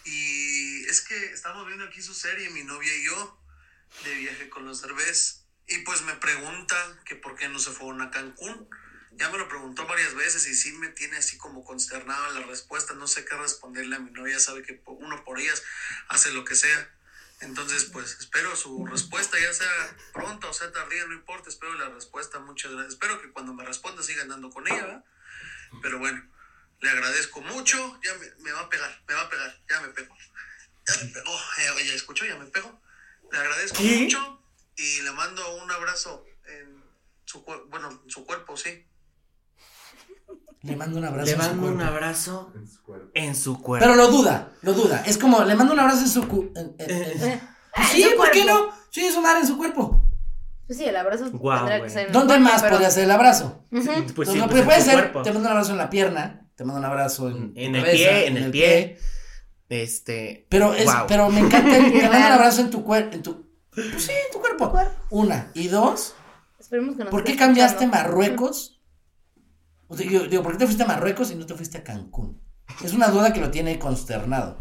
Y es que estamos viendo aquí su serie, mi novia y yo, de viaje con los cervez. Y pues me pregunta que por qué no se fueron a Cancún. Ya me lo preguntó varias veces y sí me tiene así como consternado la respuesta. No sé qué responderle a mi novia, sabe que po- uno por ellas hace lo que sea. Entonces, pues espero su respuesta, ya sea pronta o sea tardía, no importa, espero la respuesta, muchas gracias. Espero que cuando me responda siga andando con ella, ¿verdad? Pero bueno, le agradezco mucho, ya me, me va a pegar, me va a pegar, ya me pegó. Ya me pegó, ya, ya escuchó, ya me pegó. Le agradezco mucho y le mando un abrazo en su, cuer- bueno, en su cuerpo, sí.
Le mando un abrazo.
Le
a su
mando un
cuerpo.
abrazo
en su cuerpo.
en su cuerpo.
Pero lo duda, lo duda. Es como, le mando un abrazo en su cu. en- en- en-
Ah,
Sí,
en su
¿por qué
cuerpo.
no? Sí, es un ar en su cuerpo.
Pues sí, el abrazo
Guau,
tendrá que
güey.
ser. en el
¿Dónde
cuerpo,
más
pero-
podría ser el abrazo?
Ujú.
pues
No,
sí,
no,
pues
pero puede
en tu
ser,
cuerpo.
te mando un abrazo en la pierna, te mando un abrazo en,
En
tu
el
cabeza,
pie, en el pie. Este.
Pero es,
Guau.
pero me encanta el, te mando un
raro.
abrazo en tu cuerpo, en tu, pues sí, en tu cuerpo. Una y dos.
Esperemos que no
¿Por
esté
qué cambiaste
escuchando.
Marruecos? O sea, yo digo, ¿por qué te fuiste a Marruecos y no te fuiste a Cancún? Es una duda que lo tiene consternado.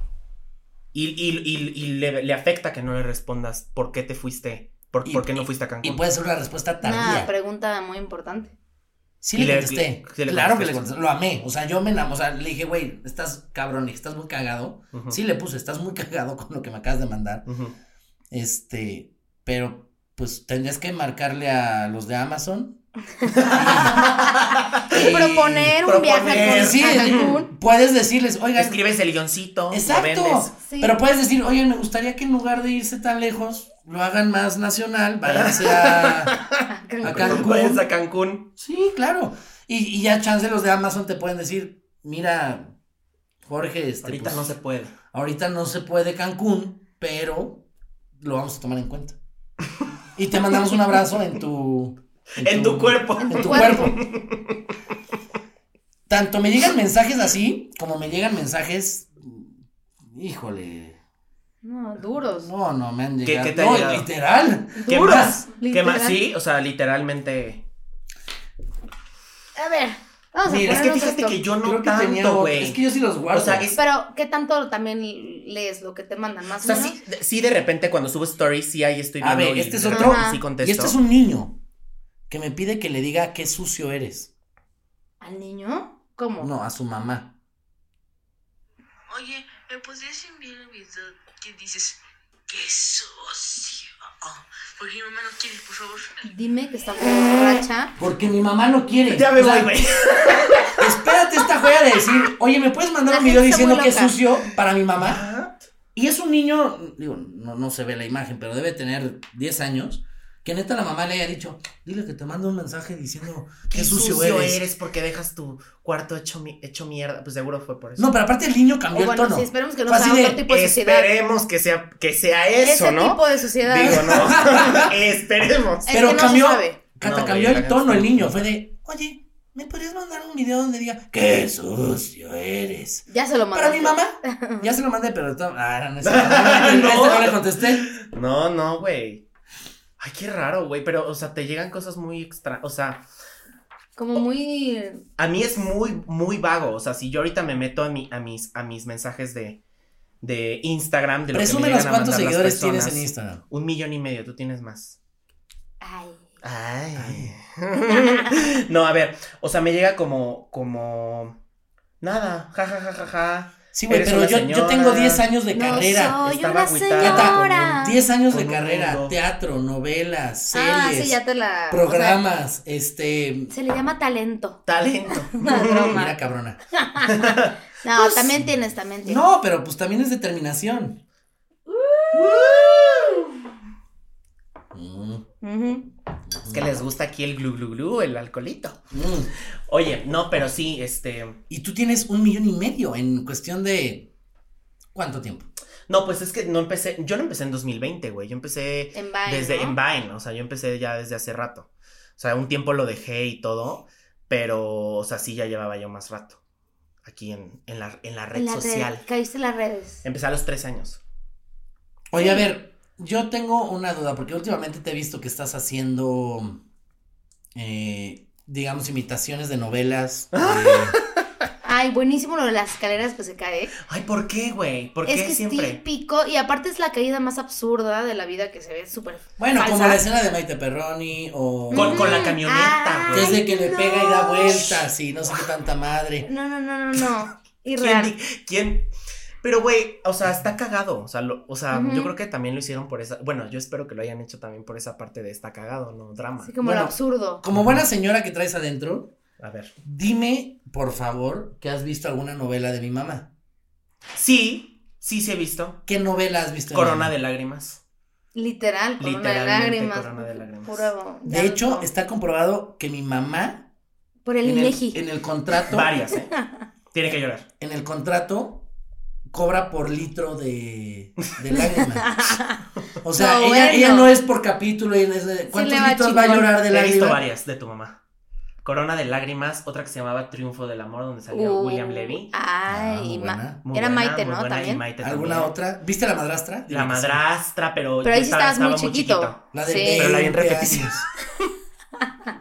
Y, y, y, y le, le afecta que no le respondas por qué te fuiste, por,
Y-
por qué no fuiste a Cancún.
Y puede ser una respuesta
Una
tardía.
pregunta muy importante.
Sí
Y
le
le-
contesté.
sí le
claro
contestaste.
que le contesté. Lo amé. O sea, yo me enamoré. O sea, le dije, güey, estás cabrón, y estás muy cagado.
Ujú.
Sí le puse, estás muy cagado con lo que me acabas de mandar.
Ujú.
Este, pero pues tendrías que marcarle a los de Amazon. Y-
Proponer un
proponer.
viaje con-
Sí,
a Cancún.
puedes decirles, oigan,
Escribes el guioncito. lo vendes.
exacto.
Sí.
Pero puedes decir, oigan, me gustaría que en lugar de irse tan lejos, lo hagan más nacional, váyanse a,
A
a
Cancún.
Cancún.
Puedes a Cancún.
Sí, claro. Y, y ya chance los de Amazon te pueden decir, mira, Jorge, este,
Ahorita
pues,
no se puede.
ahorita no se puede Cancún, pero lo vamos a tomar en cuenta. Y te mandamos un abrazo en tu...
En tu cuerpo.
En tu
tu
cuerpo. Tanto me llegan mensajes así, como me llegan mensajes... Híjole.
No, duros.
No, no, me han
¿Qué-
llegado.
qué te ha
no,
llegado?
literal.
¿Qué
Duros,
más? ¿Qué
literal.
más? Sí, o sea, literalmente.
A ver, vamos
Mira,
a
Es que
ponernos
fíjate
esto.
que yo
Creo
no
que tenía
tanto,
otro.
güey.
Es que yo sí los
O
guardo.
sea, es,
Pero, ¿qué tanto también lees lo que te mandan? Más
o
o
sea,
menos.
sí, de- sí de repente cuando subo stories, sí ahí estoy
A
viendo.
ver,
y
este es
de
otro.
repente Sí contesto.
Y este es un niño que me pide que le diga qué sucio eres.
¿Al niño? ¿Cómo?
No, a su mamá.
Oye, ¿me podrías enviar el video que dices, qué socio? Ah, porque mi mamá no quiere, por favor.
Dime que está borracha.
Porque mi mamá no quiere.
Ya me
O sea,
voy, güey.
Espérate esta juega de decir, oye, ¿me puedes mandar
La
un video
gente está
diciendo
muy
que es
loca.
sucio para mi mamá? Y es un niño, digo, no, no se ve la imagen, pero debe tener 10 años, que neta la mamá le haya dicho, dile que te mando un mensaje diciendo que
Qué
sucio, eres.
porque dejas tu cuarto hecho, mi- hecho mierda. Pues seguro fue por eso.
No, pues, pero aparte el niño cambió
O
el
bueno,
tono.
sí, esperemos que no
Fue así
sea
de,
otro tipo de sociedad.
Esperemos que sea, que sea eso,
Ese
¿no?
tipo de sociedad.
Digo, no. Esperemos.
Es
Pero
que no se
cambió,
sabe.
Cata,
No,
cambió
güey,
el
la
tono
neta
el
no.
niño, fue de, oye, ¿me podrías mandar un video donde diga, qué sucio eres?
Ya se lo mandé.
Para mi mamá, ya se lo mandé, pero to- ah, no, no, es cierto. no, este no le contesté.
No, no, güey. Ay, qué raro, güey. Pero, o sea, te llegan cosas muy extra. O sea,
Como muy.
a mí es muy, muy vago. O sea, si yo ahorita me meto a, mi, a, mis, a mis mensajes de, de Instagram, de lo que me
Presúmenos
llegan a
cuántos
mandar las
seguidores tienes
personas,
en Instagram.
Un millón y medio, tú tienes más.
Ay.
Ay. no, a ver, o sea, me llega como, como, nada, ja, ja, ja, ja, ja.
Sí, güey,
Eres
pero
una
yo, yo
señora.
tengo 10 años de carrera.
No soy
Estaba
una
agüitada con un
señora.
10 años de
Con un
carrera,
mundo.
teatro, novelas, series,
Ah, sí, ya te la.
programas, este...
o sea, se le llama talento.
Talento.
No, broma.
Mira, cabrona.
No,
Pues,
también tienes, también tienes.
No, pero pues también es determinación. Mm,
Ujú.
Es que les gusta aquí el glu, glu, glu, el alcoholito.
mm.
Oye, no, pero sí, este,
Y tú tienes un millón y medio en cuestión de... ¿Cuánto tiempo?
no, pues es que no empecé, yo no empecé en 2020, güey, yo empecé
En Vine,
desde,
¿no?
en Vine, o sea, yo empecé ya desde hace rato. O sea, un tiempo lo dejé y todo, pero, o sea, sí ya llevaba yo más rato aquí en, en la, en la red
En la
social.
red. Caíste en las redes.
Empecé a los tres años.
Oye, a ver, yo tengo una duda, porque últimamente te he visto que estás haciendo, eh, digamos, imitaciones de novelas. de-
Ay, buenísimo lo de las escaleras que se cae.
Ay, ¿por qué, güey? ¿Por
Es
qué
que
siempre?
es típico y aparte es la caída más absurda de la vida que se ve súper.
Bueno, como
falsa.
la escena de Maite Perroni o...
Con, con la camioneta,
Mm, Ay.
Que es
güey.
de que le pega y da vueltas y no sé qué tanta madre.
No, no, no, no, no.
¿Quién,
Irreal.
di- quién? Pero, güey, o sea, está cagado. O sea, lo- o sea
Ujú.
yo creo que también lo hicieron por esa. Bueno, yo espero que lo hayan hecho también por esa parte de está cagado, no drama.
Así como
Bueno.
lo absurdo.
Como buena señora que traes adentro,
A ver.
dime, por favor, que has visto alguna novela de mi mamá.
Sí, sí, sí he visto.
¿Qué novela has visto?
Corona
de...
de lágrimas.
Literal, con una de
Literalmente
lágrimas.
corona de lágrimas.
Puro-
mi mamá? De hecho, está comprobado que mi mamá,
Por el
en
INEGI.
el, en el contrato,
Varias, ¿eh? Tiene que llorar.
en el contrato, cobra por litro de, de lágrimas. O sea,
No,
ella,
bueno.
ella no es por capítulo, ella es de- ¿cuántos
le va
litros va a
chingón.
llorar de
He visto
lágrimas?
varias de tu mamá. Corona de lágrimas, otra que se llamaba Triunfo del amor, donde salía
Uh,
William Levy.
Ah,
Ay,
muy
ma-
buena.
Muy
era
buena,
Maite,
muy
¿no?
buena, y
También.
Maite
¿Alguna
también.
otra? ¿Viste La Madrastra?
La madrastra, pero.
Pero ahí
yo
sí estabas muy
estaba
chiquito.
La de
Sí.
Pero la vi en
20
repetición.
años.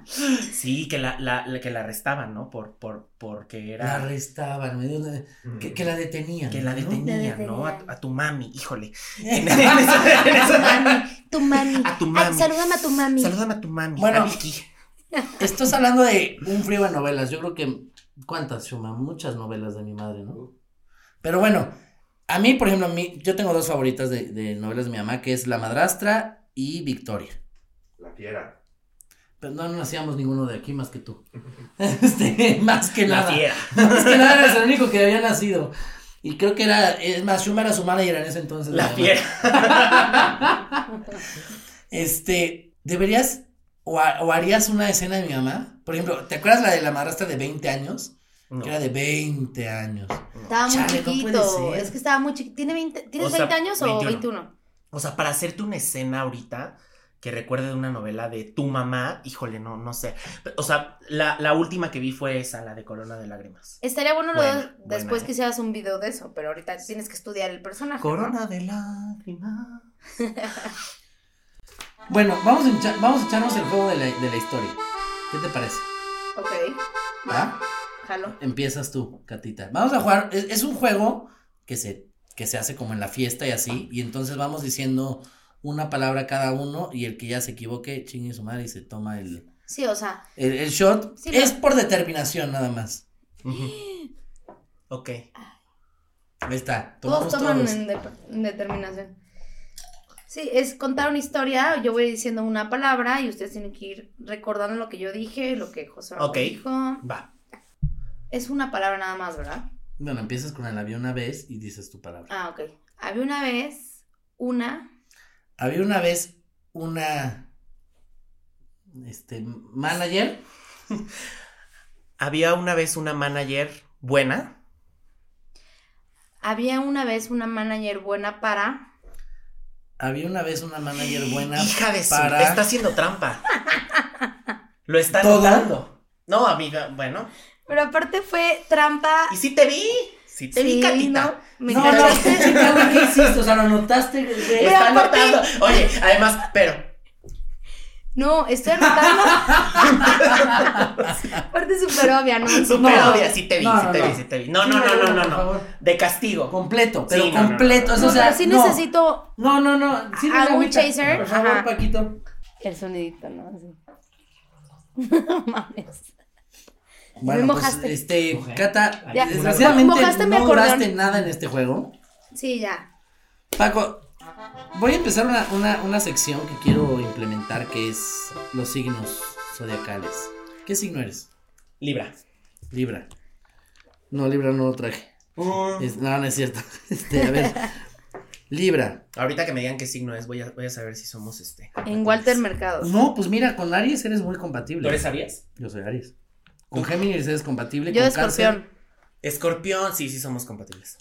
Sí, que la, la, la- que la arrestaban, ¿no? Por, por, porque
La
era. Mm.
arrestaban, me dio una- que, que la detenían.
que la
¿no?
detenían, ¿no? A,
detenían.
a tu mami, híjole. En eso- en eso-
Tu mami.
A tu
Ay,
mami.
salúdame a tu mami.
Salúdame a tu mami.
Bueno.
a Vicky.
Estás hablando de un frío de novelas. Yo creo que. ¿Cuántas, Shuma? Muchas novelas de mi madre, ¿no? Pero bueno, a mí, por ejemplo, mi- yo tengo dos favoritas de, de novelas de mi mamá, que es La Madrastra y Victoria.
La fiera.
Pero no, no hacíamos ninguno de aquí más que tú. Este, más que
La
nada.
fiera.
Más que nada eres el único que había nacido. Y creo que era, es más, Shuma era su manager en ese entonces.
La
además.
fiera.
Este, deberías o, ha- o harías una escena de mi mamá. Por ejemplo, ¿te acuerdas la de la madrastra de 20 años?
No.
Que era de 20 años.
Estaba muy
Chale, no puede
chiquito.
ser.
es que estaba muy chiquito. ¿Tiene 20 ¿Tienes
O sea,
20 años
21?
o 21?
O sea, para hacerte una escena ahorita que recuerde de una novela de tu mamá, híjole, no, no sé. O sea, la, la última que vi fue esa, la de Corona de Lágrimas.
Estaría bueno
Buena,
luego
buena,
después
¿eh?
que hicieras un video de eso, pero ahorita tienes que estudiar el personaje.
Corona de Lágrimas.
Bueno, vamos a, hincha- vamos a echarnos el juego de la, de la historia. ¿Qué te parece?
Ok,
¿Va?
jalo.
Empiezas tú, Catita. Vamos a jugar. Es, es un juego que se, que se hace como en la fiesta y así. Y entonces vamos diciendo una palabra cada uno. Y el que ya se equivoque, chingue su madre y se toma el,
Sí, o sea,
el, el shot.
Sí,
es por determinación nada más.
Ujú. Ok.
Ahí está, tomamos
Todos toman
todos.
en, de- en determinación. Sí, es contar una historia, yo voy diciendo una palabra y ustedes tienen que ir recordando lo que yo dije, lo que José Ramón
Ok.
dijo.
Va.
Es una palabra nada más, ¿verdad?
Bueno, empiezas con el avión una vez y dices tu palabra.
Ah, ok. Había una vez una...
Había una vez una este manager
Había una vez una manager buena.
Había una vez una manager buena para...
Había una vez una manager buena
Hija de su.
para
Está haciendo trampa. Lo está
¿Todo?
notando. No, amiga, bueno.
Pero aparte fue trampa...
Y sí te vi. Sí te vi,
Sí,
Catita.
¿no? Me
No, no,
cachaste.
chica, güey, ¿qué hiciste? O sea, lo notaste. güey.
Pero
Está
aparte-
notando. Oye, además, pero.
No, estoy anotando. Aparte súper obvia, ¿no?
Súper
No.
obvia, sí te vi,
No,
sí
no,
te
no.
vi, sí te vi. No,
Sí,
no,
me
no, no,
ayuda,
no,
por
no.
favor.
De castigo.
Completo, pero
Sí, no, no,
completo. eso,
No,
o sea,
pero sí
no.
necesito
No, no, no. Sí,
¿Algún
agüita.
chaser?
Por favor,
Ajá.
Paquito.
el sonidito, ¿no? Así. No mames. Me mojaste.
este, Cata,
Ya.
desgraciadamente
Mojaste mi
no duraste
acordeón.
nada en este juego.
Sí, ya.
Paco, voy a empezar una, una, una sección que quiero implementar que es los signos zodiacales. ¿Qué signo eres?
Libra.
Libra. No, Libra no lo traje. Es- no, no es cierto. Este, a ver. Libra.
Ahorita que me digan qué signo es, voy a, voy a saber si somos este.
En
compatibles.
Walter Mercado.
No, pues mira, con Aries eres muy compatible.
¿Tú eres Aries?
Yo soy Aries. Con Géminis eres compatible.
Yo de
con Cáncer-
escorpión.
Escorpión, sí, sí somos compatibles.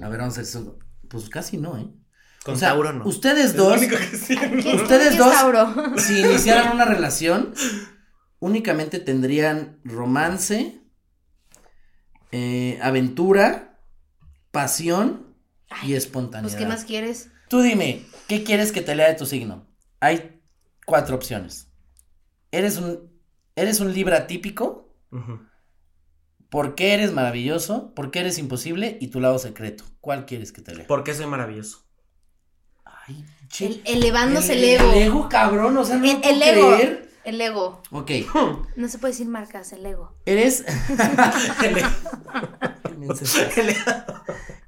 A ver, vamos a hacer eso. Pues casi no, ¿eh?
Con
O sea,
Tauro no.
Ustedes
Es lo
dos,
único que sí.
¿Quién-
Ustedes
quién es
dos-
Tauro?
si iniciaran una relación, únicamente tendrían romance, eh, aventura, pasión y espontaneidad.
Pues, ¿qué más quieres?
Tú dime, ¿qué quieres que te lea de tu signo? Hay cuatro opciones. Eres un, eres un libra típico,
Ujú.
¿por qué eres maravilloso? ¿Por qué eres imposible? Y tu lado secreto. ¿Cuál quieres que te lea?
¿Por qué soy maravilloso?
Ay, che,
El- elevándose el, ego.
El ego, cabrón, o sea, no
El,
lo puedo
el ego.
creer.
El ego.
Ok,
No se puede decir marcas, el ego.
eres...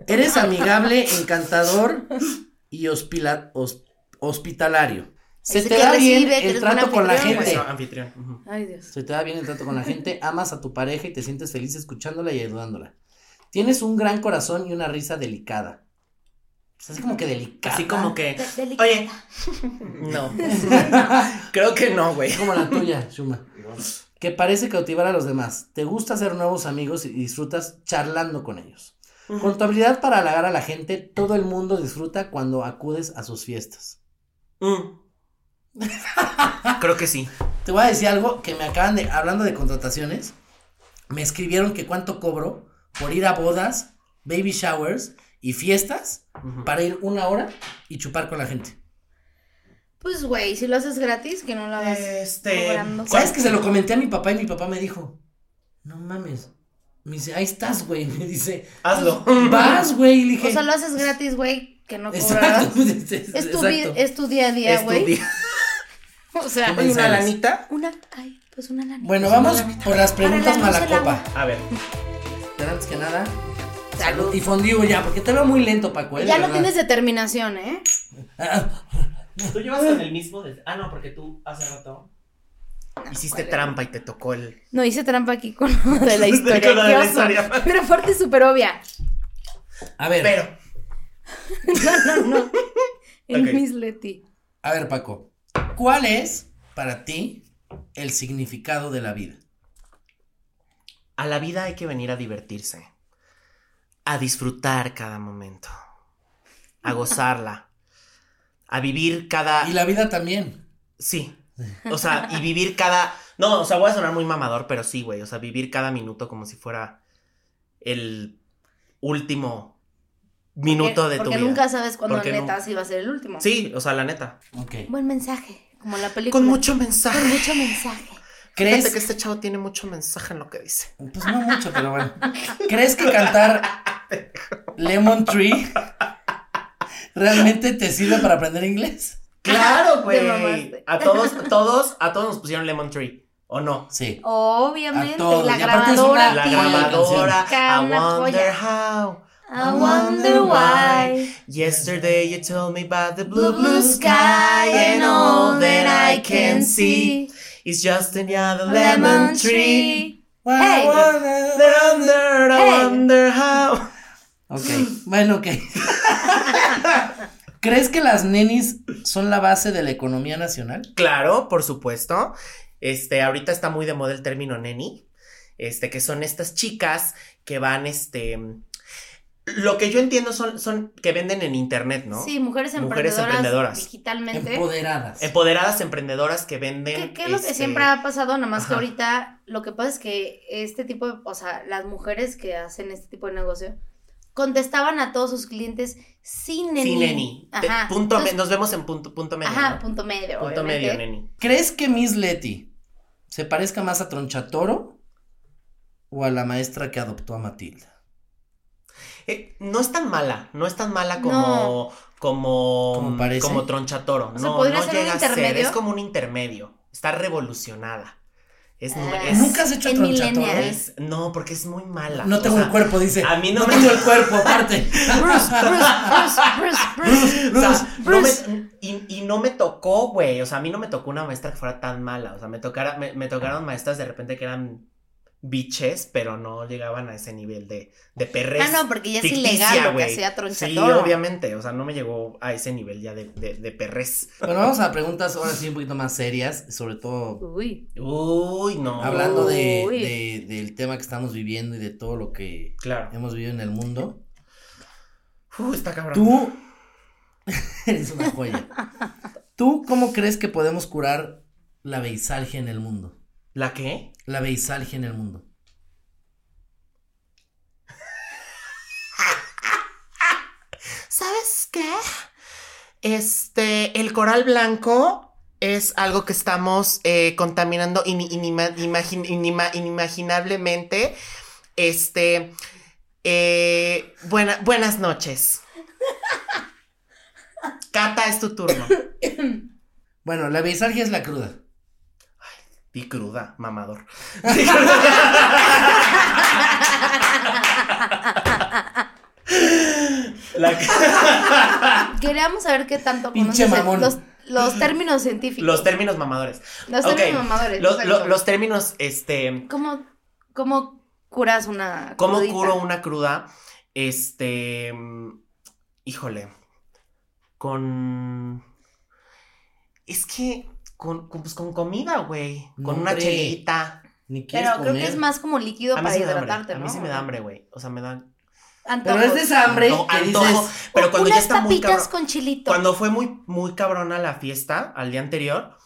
eres amigable, encantador y hospila- hos- hospitalario. Se
Es
te
que
da
recibe,
bien
que
el
eres pues.
trato
buen
con la
anfitrión,
gente.
Eso, anfitrión. ujú.
Ay, Dios.
Se te da bien el trato con la gente, amas a tu pareja y te sientes feliz escuchándola y ayudándola. Tienes un gran corazón y una risa delicada. Es así como que delicada.
Así como que.
De- delicada.
Oye. No. Creo que no, güey.
Así como la tuya, Shuma. Que parece cautivar a los demás. Te gusta hacer nuevos amigos y disfrutas charlando con ellos. Con tu habilidad para halagar a la gente, todo el mundo disfruta cuando acudes a sus fiestas.
Mm. Creo que sí.
Te voy a decir algo que me acaban de, hablando de contrataciones, me escribieron que cuánto cobro por ir a bodas, baby showers y fiestas
Ujú.
para ir una hora y chupar con la gente.
Pues, güey, si lo haces gratis, que no lo hagas
Este,
cobrando.
¿cuál-
¿Sabes que se lo comenté a mi papá y mi papá me dijo, no mames? Me dice, ahí estás, güey. Me dice, "Pues,
Hazlo.
vas, güey. Y le dije,
O sea, lo haces gratis, güey, que no cobras.
exacto. Este,
Es tu, vi-
exacto.
es tu día a día,
Es tu
güey.
día.
O sea,
Hay una lanita.
¿Lanita?
una. Ay, pues una lana.
Bueno, vamos por las preguntas
Para la luz, el
malacopa.
A ver.
Pero antes que nada,
Salud.
y fondiu ya, porque te veo muy lento, Paco. eh,
Ya
de
no
verdad.
tienes determinación, ¿eh?
Ah,
Tú llevas con el mismo desde. Ah, no, porque tú hace rato. Hiciste trampa y te tocó el.
No, hice trampa aquí con lo de la historia.
Con lo de
qué
la
oso.
historia.
Pero aparte es súper obvia.
A ver,
Pero.
No, no, no. En
Ok.
Miss Leti.
a ver, Paco. ¿Cuál es para ti el significado de la vida?
A la vida hay que venir a divertirse. A disfrutar cada momento. A gozarla. A vivir cada.
Y la vida también.
Sí. O sea, y vivir cada. No, o sea, voy a sonar muy mamador, pero sí, güey. O sea, vivir cada minuto como si fuera el último minuto de tu
Porque
vida.
nunca sabes cuándo
Porque
neta
nu-
si va a ser el último.
Sí, o sea, la neta.
Ok.
Buen mensaje, como la película.
Con mucho
Con
mensaje.
mucho mensaje.
Fíjate
¿Crees
que este chavo tiene mucho mensaje en lo que dice.
Pues no mucho, pero bueno. ¿Crees que cantar Lemon Tree realmente te sirve para aprender inglés?
Claro,
Te mamaste.
A todos, todos, a todos nos pusieron Lemon Tree. ¿O no.
Sí.
Obviamente,
A todos,
la
y aparte es una-
grabadora.
La
tío.
grabadora.
Acá
I
una
wonder
joya.
how.
I wonder why.
Yesterday you told me about the
Blue, blue sky and all that I can see.
is just another
Lemon tree.
Wow,
Hey.
wow, wow.
Wonder,
Hey.
I wonder how.
Ok, bueno, ok. ¿Crees que las nenis son la base de la economía nacional?
Claro, por supuesto. Este, ahorita está muy de moda el término neni. Este, que son estas chicas que van, este. Lo que yo entiendo son, son que venden en internet, ¿no?
Sí, mujeres emprendedoras,
Mujeres emprendedoras.
digitalmente.
Empoderadas.
Empoderadas emprendedoras que venden.
¿Qué, qué es lo que
este,
siempre ha pasado? Nada más que
ajá.
ahorita lo que pasa es que este tipo de, o sea, las mujeres que hacen este tipo de negocio contestaban a todos sus clientes sin neni.
Sí, neni. Te-
Ajá.
punto me-
Entonces-
nos vemos en punto, punto medio.
Ajá,
¿no?
punto medio.
Punto
obviamente.
medio, neni.
¿Crees que Miss Letty se parezca más a Tronchatoro o a la maestra que adoptó a Matilda?
Eh, no es tan mala, no es tan mala
No.
como como
Como parece.
como tronchatoro.
O sea,
no,
podría
no
ser un
llega a ser,
intermedio.
es como un intermedio. Está revolucionada. Es, nu-
Ah.
es-
¿Nunca has hecho
en
¿eh?
Tronchatoro?
millennial.
es- no, porque es muy mala.
No
O
tengo
sea,
el cuerpo, dice.
a mí no me-
tengo el cuerpo, aparte.
o sea, no me-
Bruce.
y, y no me tocó, güey. O sea, a mí no me tocó una maestra que fuera tan mala. O sea, me, tocara, me, me tocaron maestras de repente que eran biches, pero no llegaban a ese nivel de, de perres.
Ah, no, porque ya es
ficticia,
ilegal lo que
güey.
hacía
Sí,
Tronchatoro.
obviamente, o sea, no me llegó a ese nivel ya de, de, de perrez.
Bueno, vamos a preguntas ahora sí un poquito más serias, sobre todo
Uy.
Uy, no.
hablando de,
Uy.
de- del tema que estamos viviendo y de todo lo que
Claro.
hemos vivido en el mundo.
Uh, está cabrón.
Tú eres una joya. ¿Tú cómo crees que podemos curar la beisalgia en el mundo?
¿La qué?
La beisalgia en el mundo.
¿Sabes qué? Este, el coral blanco es algo que estamos eh, contaminando ini- inima- imagin- inima- inimaginablemente. Este, eh, buena- buenas noches. Cata, es tu turno.
Bueno, la beisalgia es la cruda.
Y cruda, mamador. La
Queríamos saber qué tanto
Pinche
conoces
mamón.
los, los términos científicos.
Los términos mamadores.
Los
Ok.
términos mamadores.
Los,
exacto.
lo- los términos, este,
¿Cómo, cómo curas una
¿cómo
crudita?
curo una cruda? Este, mm, híjole, con, es que, con, con, pues, con comida, güey, con una
Hombre.
chelita.
Ni quieres
Pero creo
comer.
que es más como líquido
A mí
para
sí me da hambre,
hidratarte,
a
¿no?
mí sí me da hambre, güey, o sea, me da
Antojos.
Pero es de esa hambre
anto-
que
antojo,
dices,
pero cuando ya
Unas
está muy
papitas
cabrón.
con chilito.
Cuando fue muy, muy cabrona la fiesta al día anterior,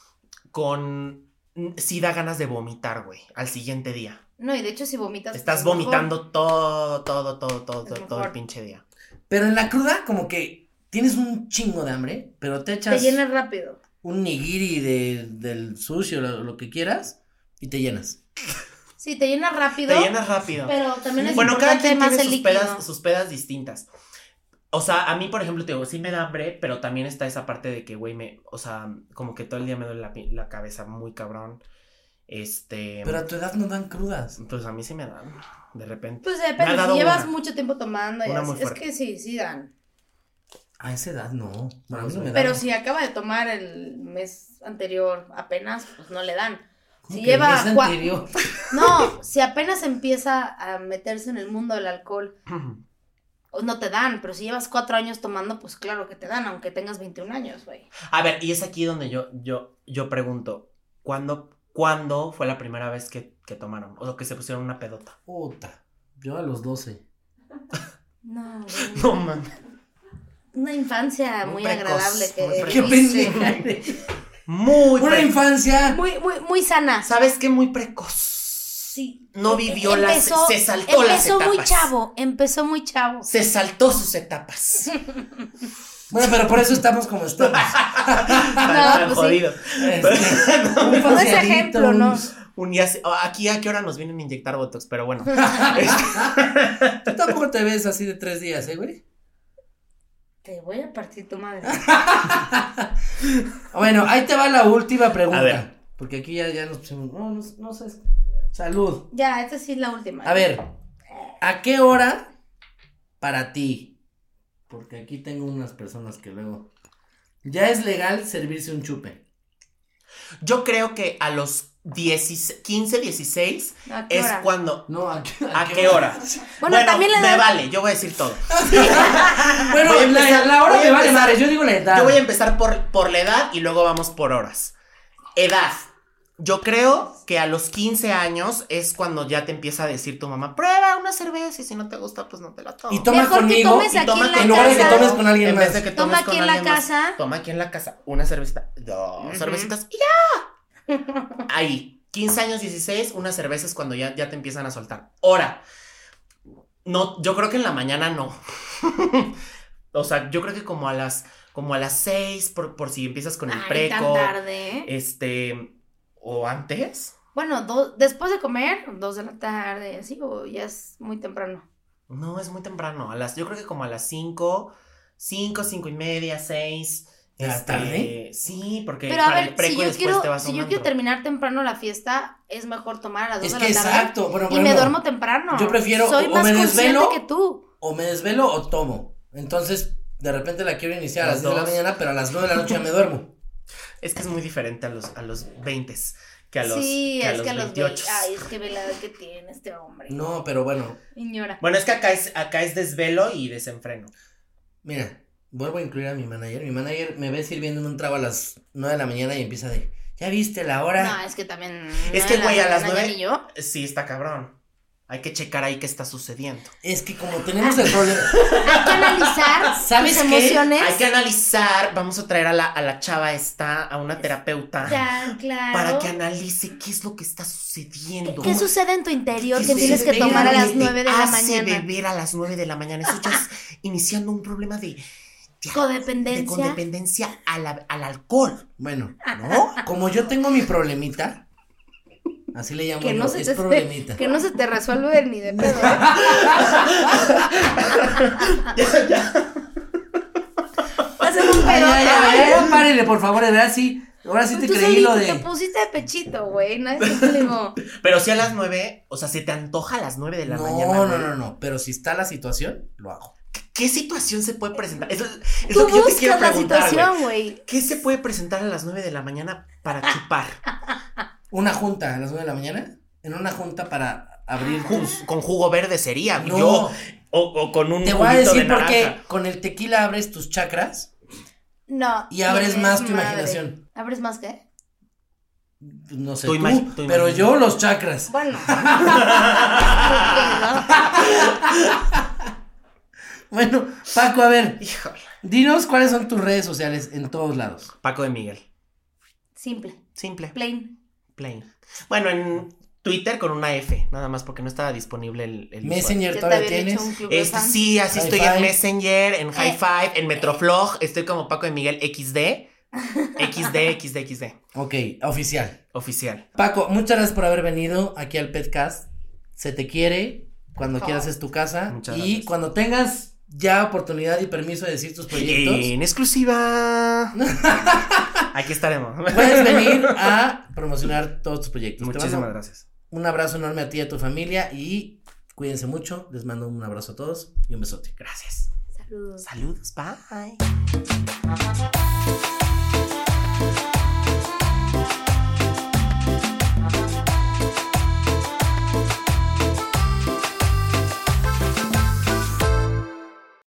con. mm, Sí da ganas de vomitar, güey, al siguiente día.
No, y de hecho si vomitas...
Estás
es mejor.
vomitando todo, todo, todo, todo,
Es
todo, todo el
mejor.
pinche día.
Pero en la cruda, como que tienes un chingo de hambre, pero te
Te
echas
llenas rápido.
un nigiri de- del sushi o lo, lo que quieras y te llenas.
Sí, te llenas rápido.
Te llenas rápido.
Pero también es
Bueno, cada
importante
quien
más
tiene
el
sus
líquido.
pedas, sus pedas distintas. O sea, a mí, por ejemplo, te digo, sí me da hambre, pero también está esa parte de que, güey, me. O sea, como que todo el día me duele la, pi- la cabeza muy cabrón. Este.
Pero a tu edad no dan crudas.
Pues a mí sí me da. De repente.
Pues
Me ha
depende,
dado
si llevas
una.
mucho tiempo tomando y
Una
así.
muy
Es
fuerte.
que sí, sí dan.
A esa edad no. Para mí no me
Pero
dan.
si acaba de tomar el mes anterior apenas, pues no le dan.
Como
Si
que el
lleva
mes
cua-
anterior.
No, si apenas empieza a meterse en el mundo del alcohol, o no te dan, pero si llevas cuatro años tomando, pues claro que te dan, aunque tengas 21 años, güey.
A ver, y es aquí donde yo, yo, yo pregunto, ¿cuándo, ¿cuándo fue la primera vez que, que tomaron? O que se pusieron una pedota.
Puta. Yo a los 12.
No, güey.
No mames.
Una infancia muy,
Muy precoz,
agradable que
muy precoz.
¡Qué
viviste.
pendeja!
Muy
¡Una
precoz.
infancia!
Muy, muy, muy sana.
¿Sabes qué? Muy precoz.
Sí. Em,
No vivió las.
Empezó-
Se saltó las
Empezó
etapas.
muy chavo, empezó muy chavo.
Se saltó sus etapas.
Bueno, pero por eso estamos como estamos.
Tan
pues sí.
jodidos.
Este, un
No es
facialito,
ejemplo,
un-
¿no?
Un día se- aquí a qué hora nos vienen a inyectar Botox, pero bueno.
Tú tampoco te ves así de tres días, ¿eh, güey?
Te voy a partir tu madre.
Bueno, ahí te va la última pregunta.
A ver.
Porque aquí ya, ya nos pusimos. No, no, no sé. Salud.
Ya, esta sí es la última.
A ver, ¿a qué hora para ti, porque aquí tengo unas personas que luego... Ya es legal servirse un chupe.
Yo creo que a los 16 15, 16
¿A qué
es
hora?
cuando.
No, ¿a qué,
¿A qué hora?
Bueno, también le
me
da-
vale, yo voy a decir todo.
Bueno,
Voy a
la,
empezar-
la hora
voy a
me vale
empezar-
madre, yo digo la edad.
Yo voy a em- empezar por, por la edad y luego vamos por horas. Edad. Yo creo que a los 15 años es cuando ya te empieza a decir tu mamá, prueba una cerveza y si no te gusta, pues no te la tomo.
Y toma
Mejor que
conmigo.
tomes
y
aquí
toma
en
con-
la
en lugar de que
casa.
tomes con alguien
en
más.
vez de que
Toma
tomes
aquí
con
en la
alguien más,
casa.
toma aquí en la casa. Una cervecita, dos cervecitas y ya. Ahí, 15 años, 16, una cerveza es cuando ya, ya te empiezan a soltar. Ahora, no, yo creo que en la mañana no. o sea, yo creo que como a las, como a las 6, por, por si empiezas con el
Ay, tan
preco.
tarde, ¿eh?
Este, o antes.
Bueno, do- después de comer, dos de la tarde, así, o ya es muy temprano.
No, es muy temprano. A las, yo creo que como a las 5, 5, 5 y media, 6.
¿De la tarde?
Sí, porque
Pero a
para
ver,
el preco
si
y
yo
después te
quiero,
vas a
si
un
yo quiero
antro.
terminar temprano la fiesta, es mejor tomar a las
Es
dos de
que
la tarde.
exacto. Bueno,
y
por
me
ejemplo,
duermo temprano.
yo prefiero
Soy
o
más
me
consciente
desvelo-
que tú.
O me desvelo o tomo. Entonces, de repente la quiero iniciar a las 10
Las
de la
dos.
mañana, pero a las 9 de la noche ya me duermo.
Es que es muy diferente a los, a los 20 que a los,
sí,
que a
es
los
que a los
28.
28. Ay, es que ve la edad que tiene este hombre.
No, pero bueno,
Señora.
Bueno, es que acá es, acá es desvelo y desenfreno.
mira, vuelvo a incluir a mi manager. Mi manager me ve sirviéndome un trago a las 9 de la mañana y empieza de, ¿ya viste la
No,
hora?
es que también.
Es
no,
que,
la
güey, a las
mañana
nueve-
ni yo.
Sí, está cabrón. Hay que checar ahí qué está sucediendo.
Es que como tenemos el problema...
Hay que analizar
¿Sabes
tus
qué?
emociones.
Hay que analizar. Vamos a traer a la, a la chava esta, a una terapeuta.
Ya, claro.
Para que analice qué es lo que está sucediendo.
¿Qué sucede en tu interior que
te
tienes que
espera,
tomar a las
te
9 de la
hace
mañana?
beber a las 9 de la mañana. Eso ya es iniciando un problema de, de- de
Codependencia.
condependencia a la- al alcohol.
Bueno, ¿no? Como yo tengo mi problemita, así le llamo
Que
yo,
no, se
es
te,
problemita.
que no se te resuelve ni de pedo. ¿eh? Haces un
Ay,
pedo.
ay, ay, ay, ay, párele, por favor, de verdad sí. Ahora sí te
Tú
creí lo
solito
de.
Te pusiste de pechito, güey. Nadie te obligó.
Pero si a las 9, o sea, se te antoja a las 9 de la
no,
mañana.
no, no, no. Pero si está la situación, lo hago.
¿Qué situación se puede presentar? Es, es
Tú
lo que yo te quiero
buscas la
preguntar, güey.
situación, güey.
¿Qué se puede presentar a las 9 de la mañana para
Ah.
chupar?
Una junta a las 9 de la mañana. En una junta para abrir tus.
Ju- con jugo verde sería,
No.
yo. O, o con un
Te voy a
juguito de
decir por qué
naranja.
con el tequila abres tus chakras
No.
y abres
tienes
más tu
madre.
imaginación.
¿Abres más qué?
pues, No sé,
Tu
tú,
imagi- tu
pero
imaginación.
yo los chakras.
Bueno. Ok,
Bueno, Paco, a ver,
Híjole.
dinos cuáles son tus redes sociales en todos lados.
Paco de Miguel.
¿no? Simple.
Simple.
Plain.
Plain. Bueno, en Twitter con una F, nada más porque no estaba disponible el, el usuario.
Messenger
Ya te
todavía
habían
tienes.
hecho un club de
Este,
fans.
sí, así
High
estoy
five.
en Messenger, en High
Eh,
Five, en Metroflog, estoy como Paco de Miguel XD, XD, XD, XD,
Ok, oficial.
oficial.
Paco, muchas gracias por haber venido aquí al Petcast. Se te quiere. Cuando
Oh.
quieras es tu casa.
Muchas
y
gracias.
cuando tengas ya oportunidad y permiso de decir tus proyectos,
En exclusiva. Aquí estaremos.
puedes venir a promocionar todos tus proyectos. Te
Muchísimas
mando
gracias.
Un abrazo enorme a ti y a tu familia. Y cuídense mucho. Les mando un abrazo a todos y un besote.
Gracias.
Saludos.
Saludos, bye.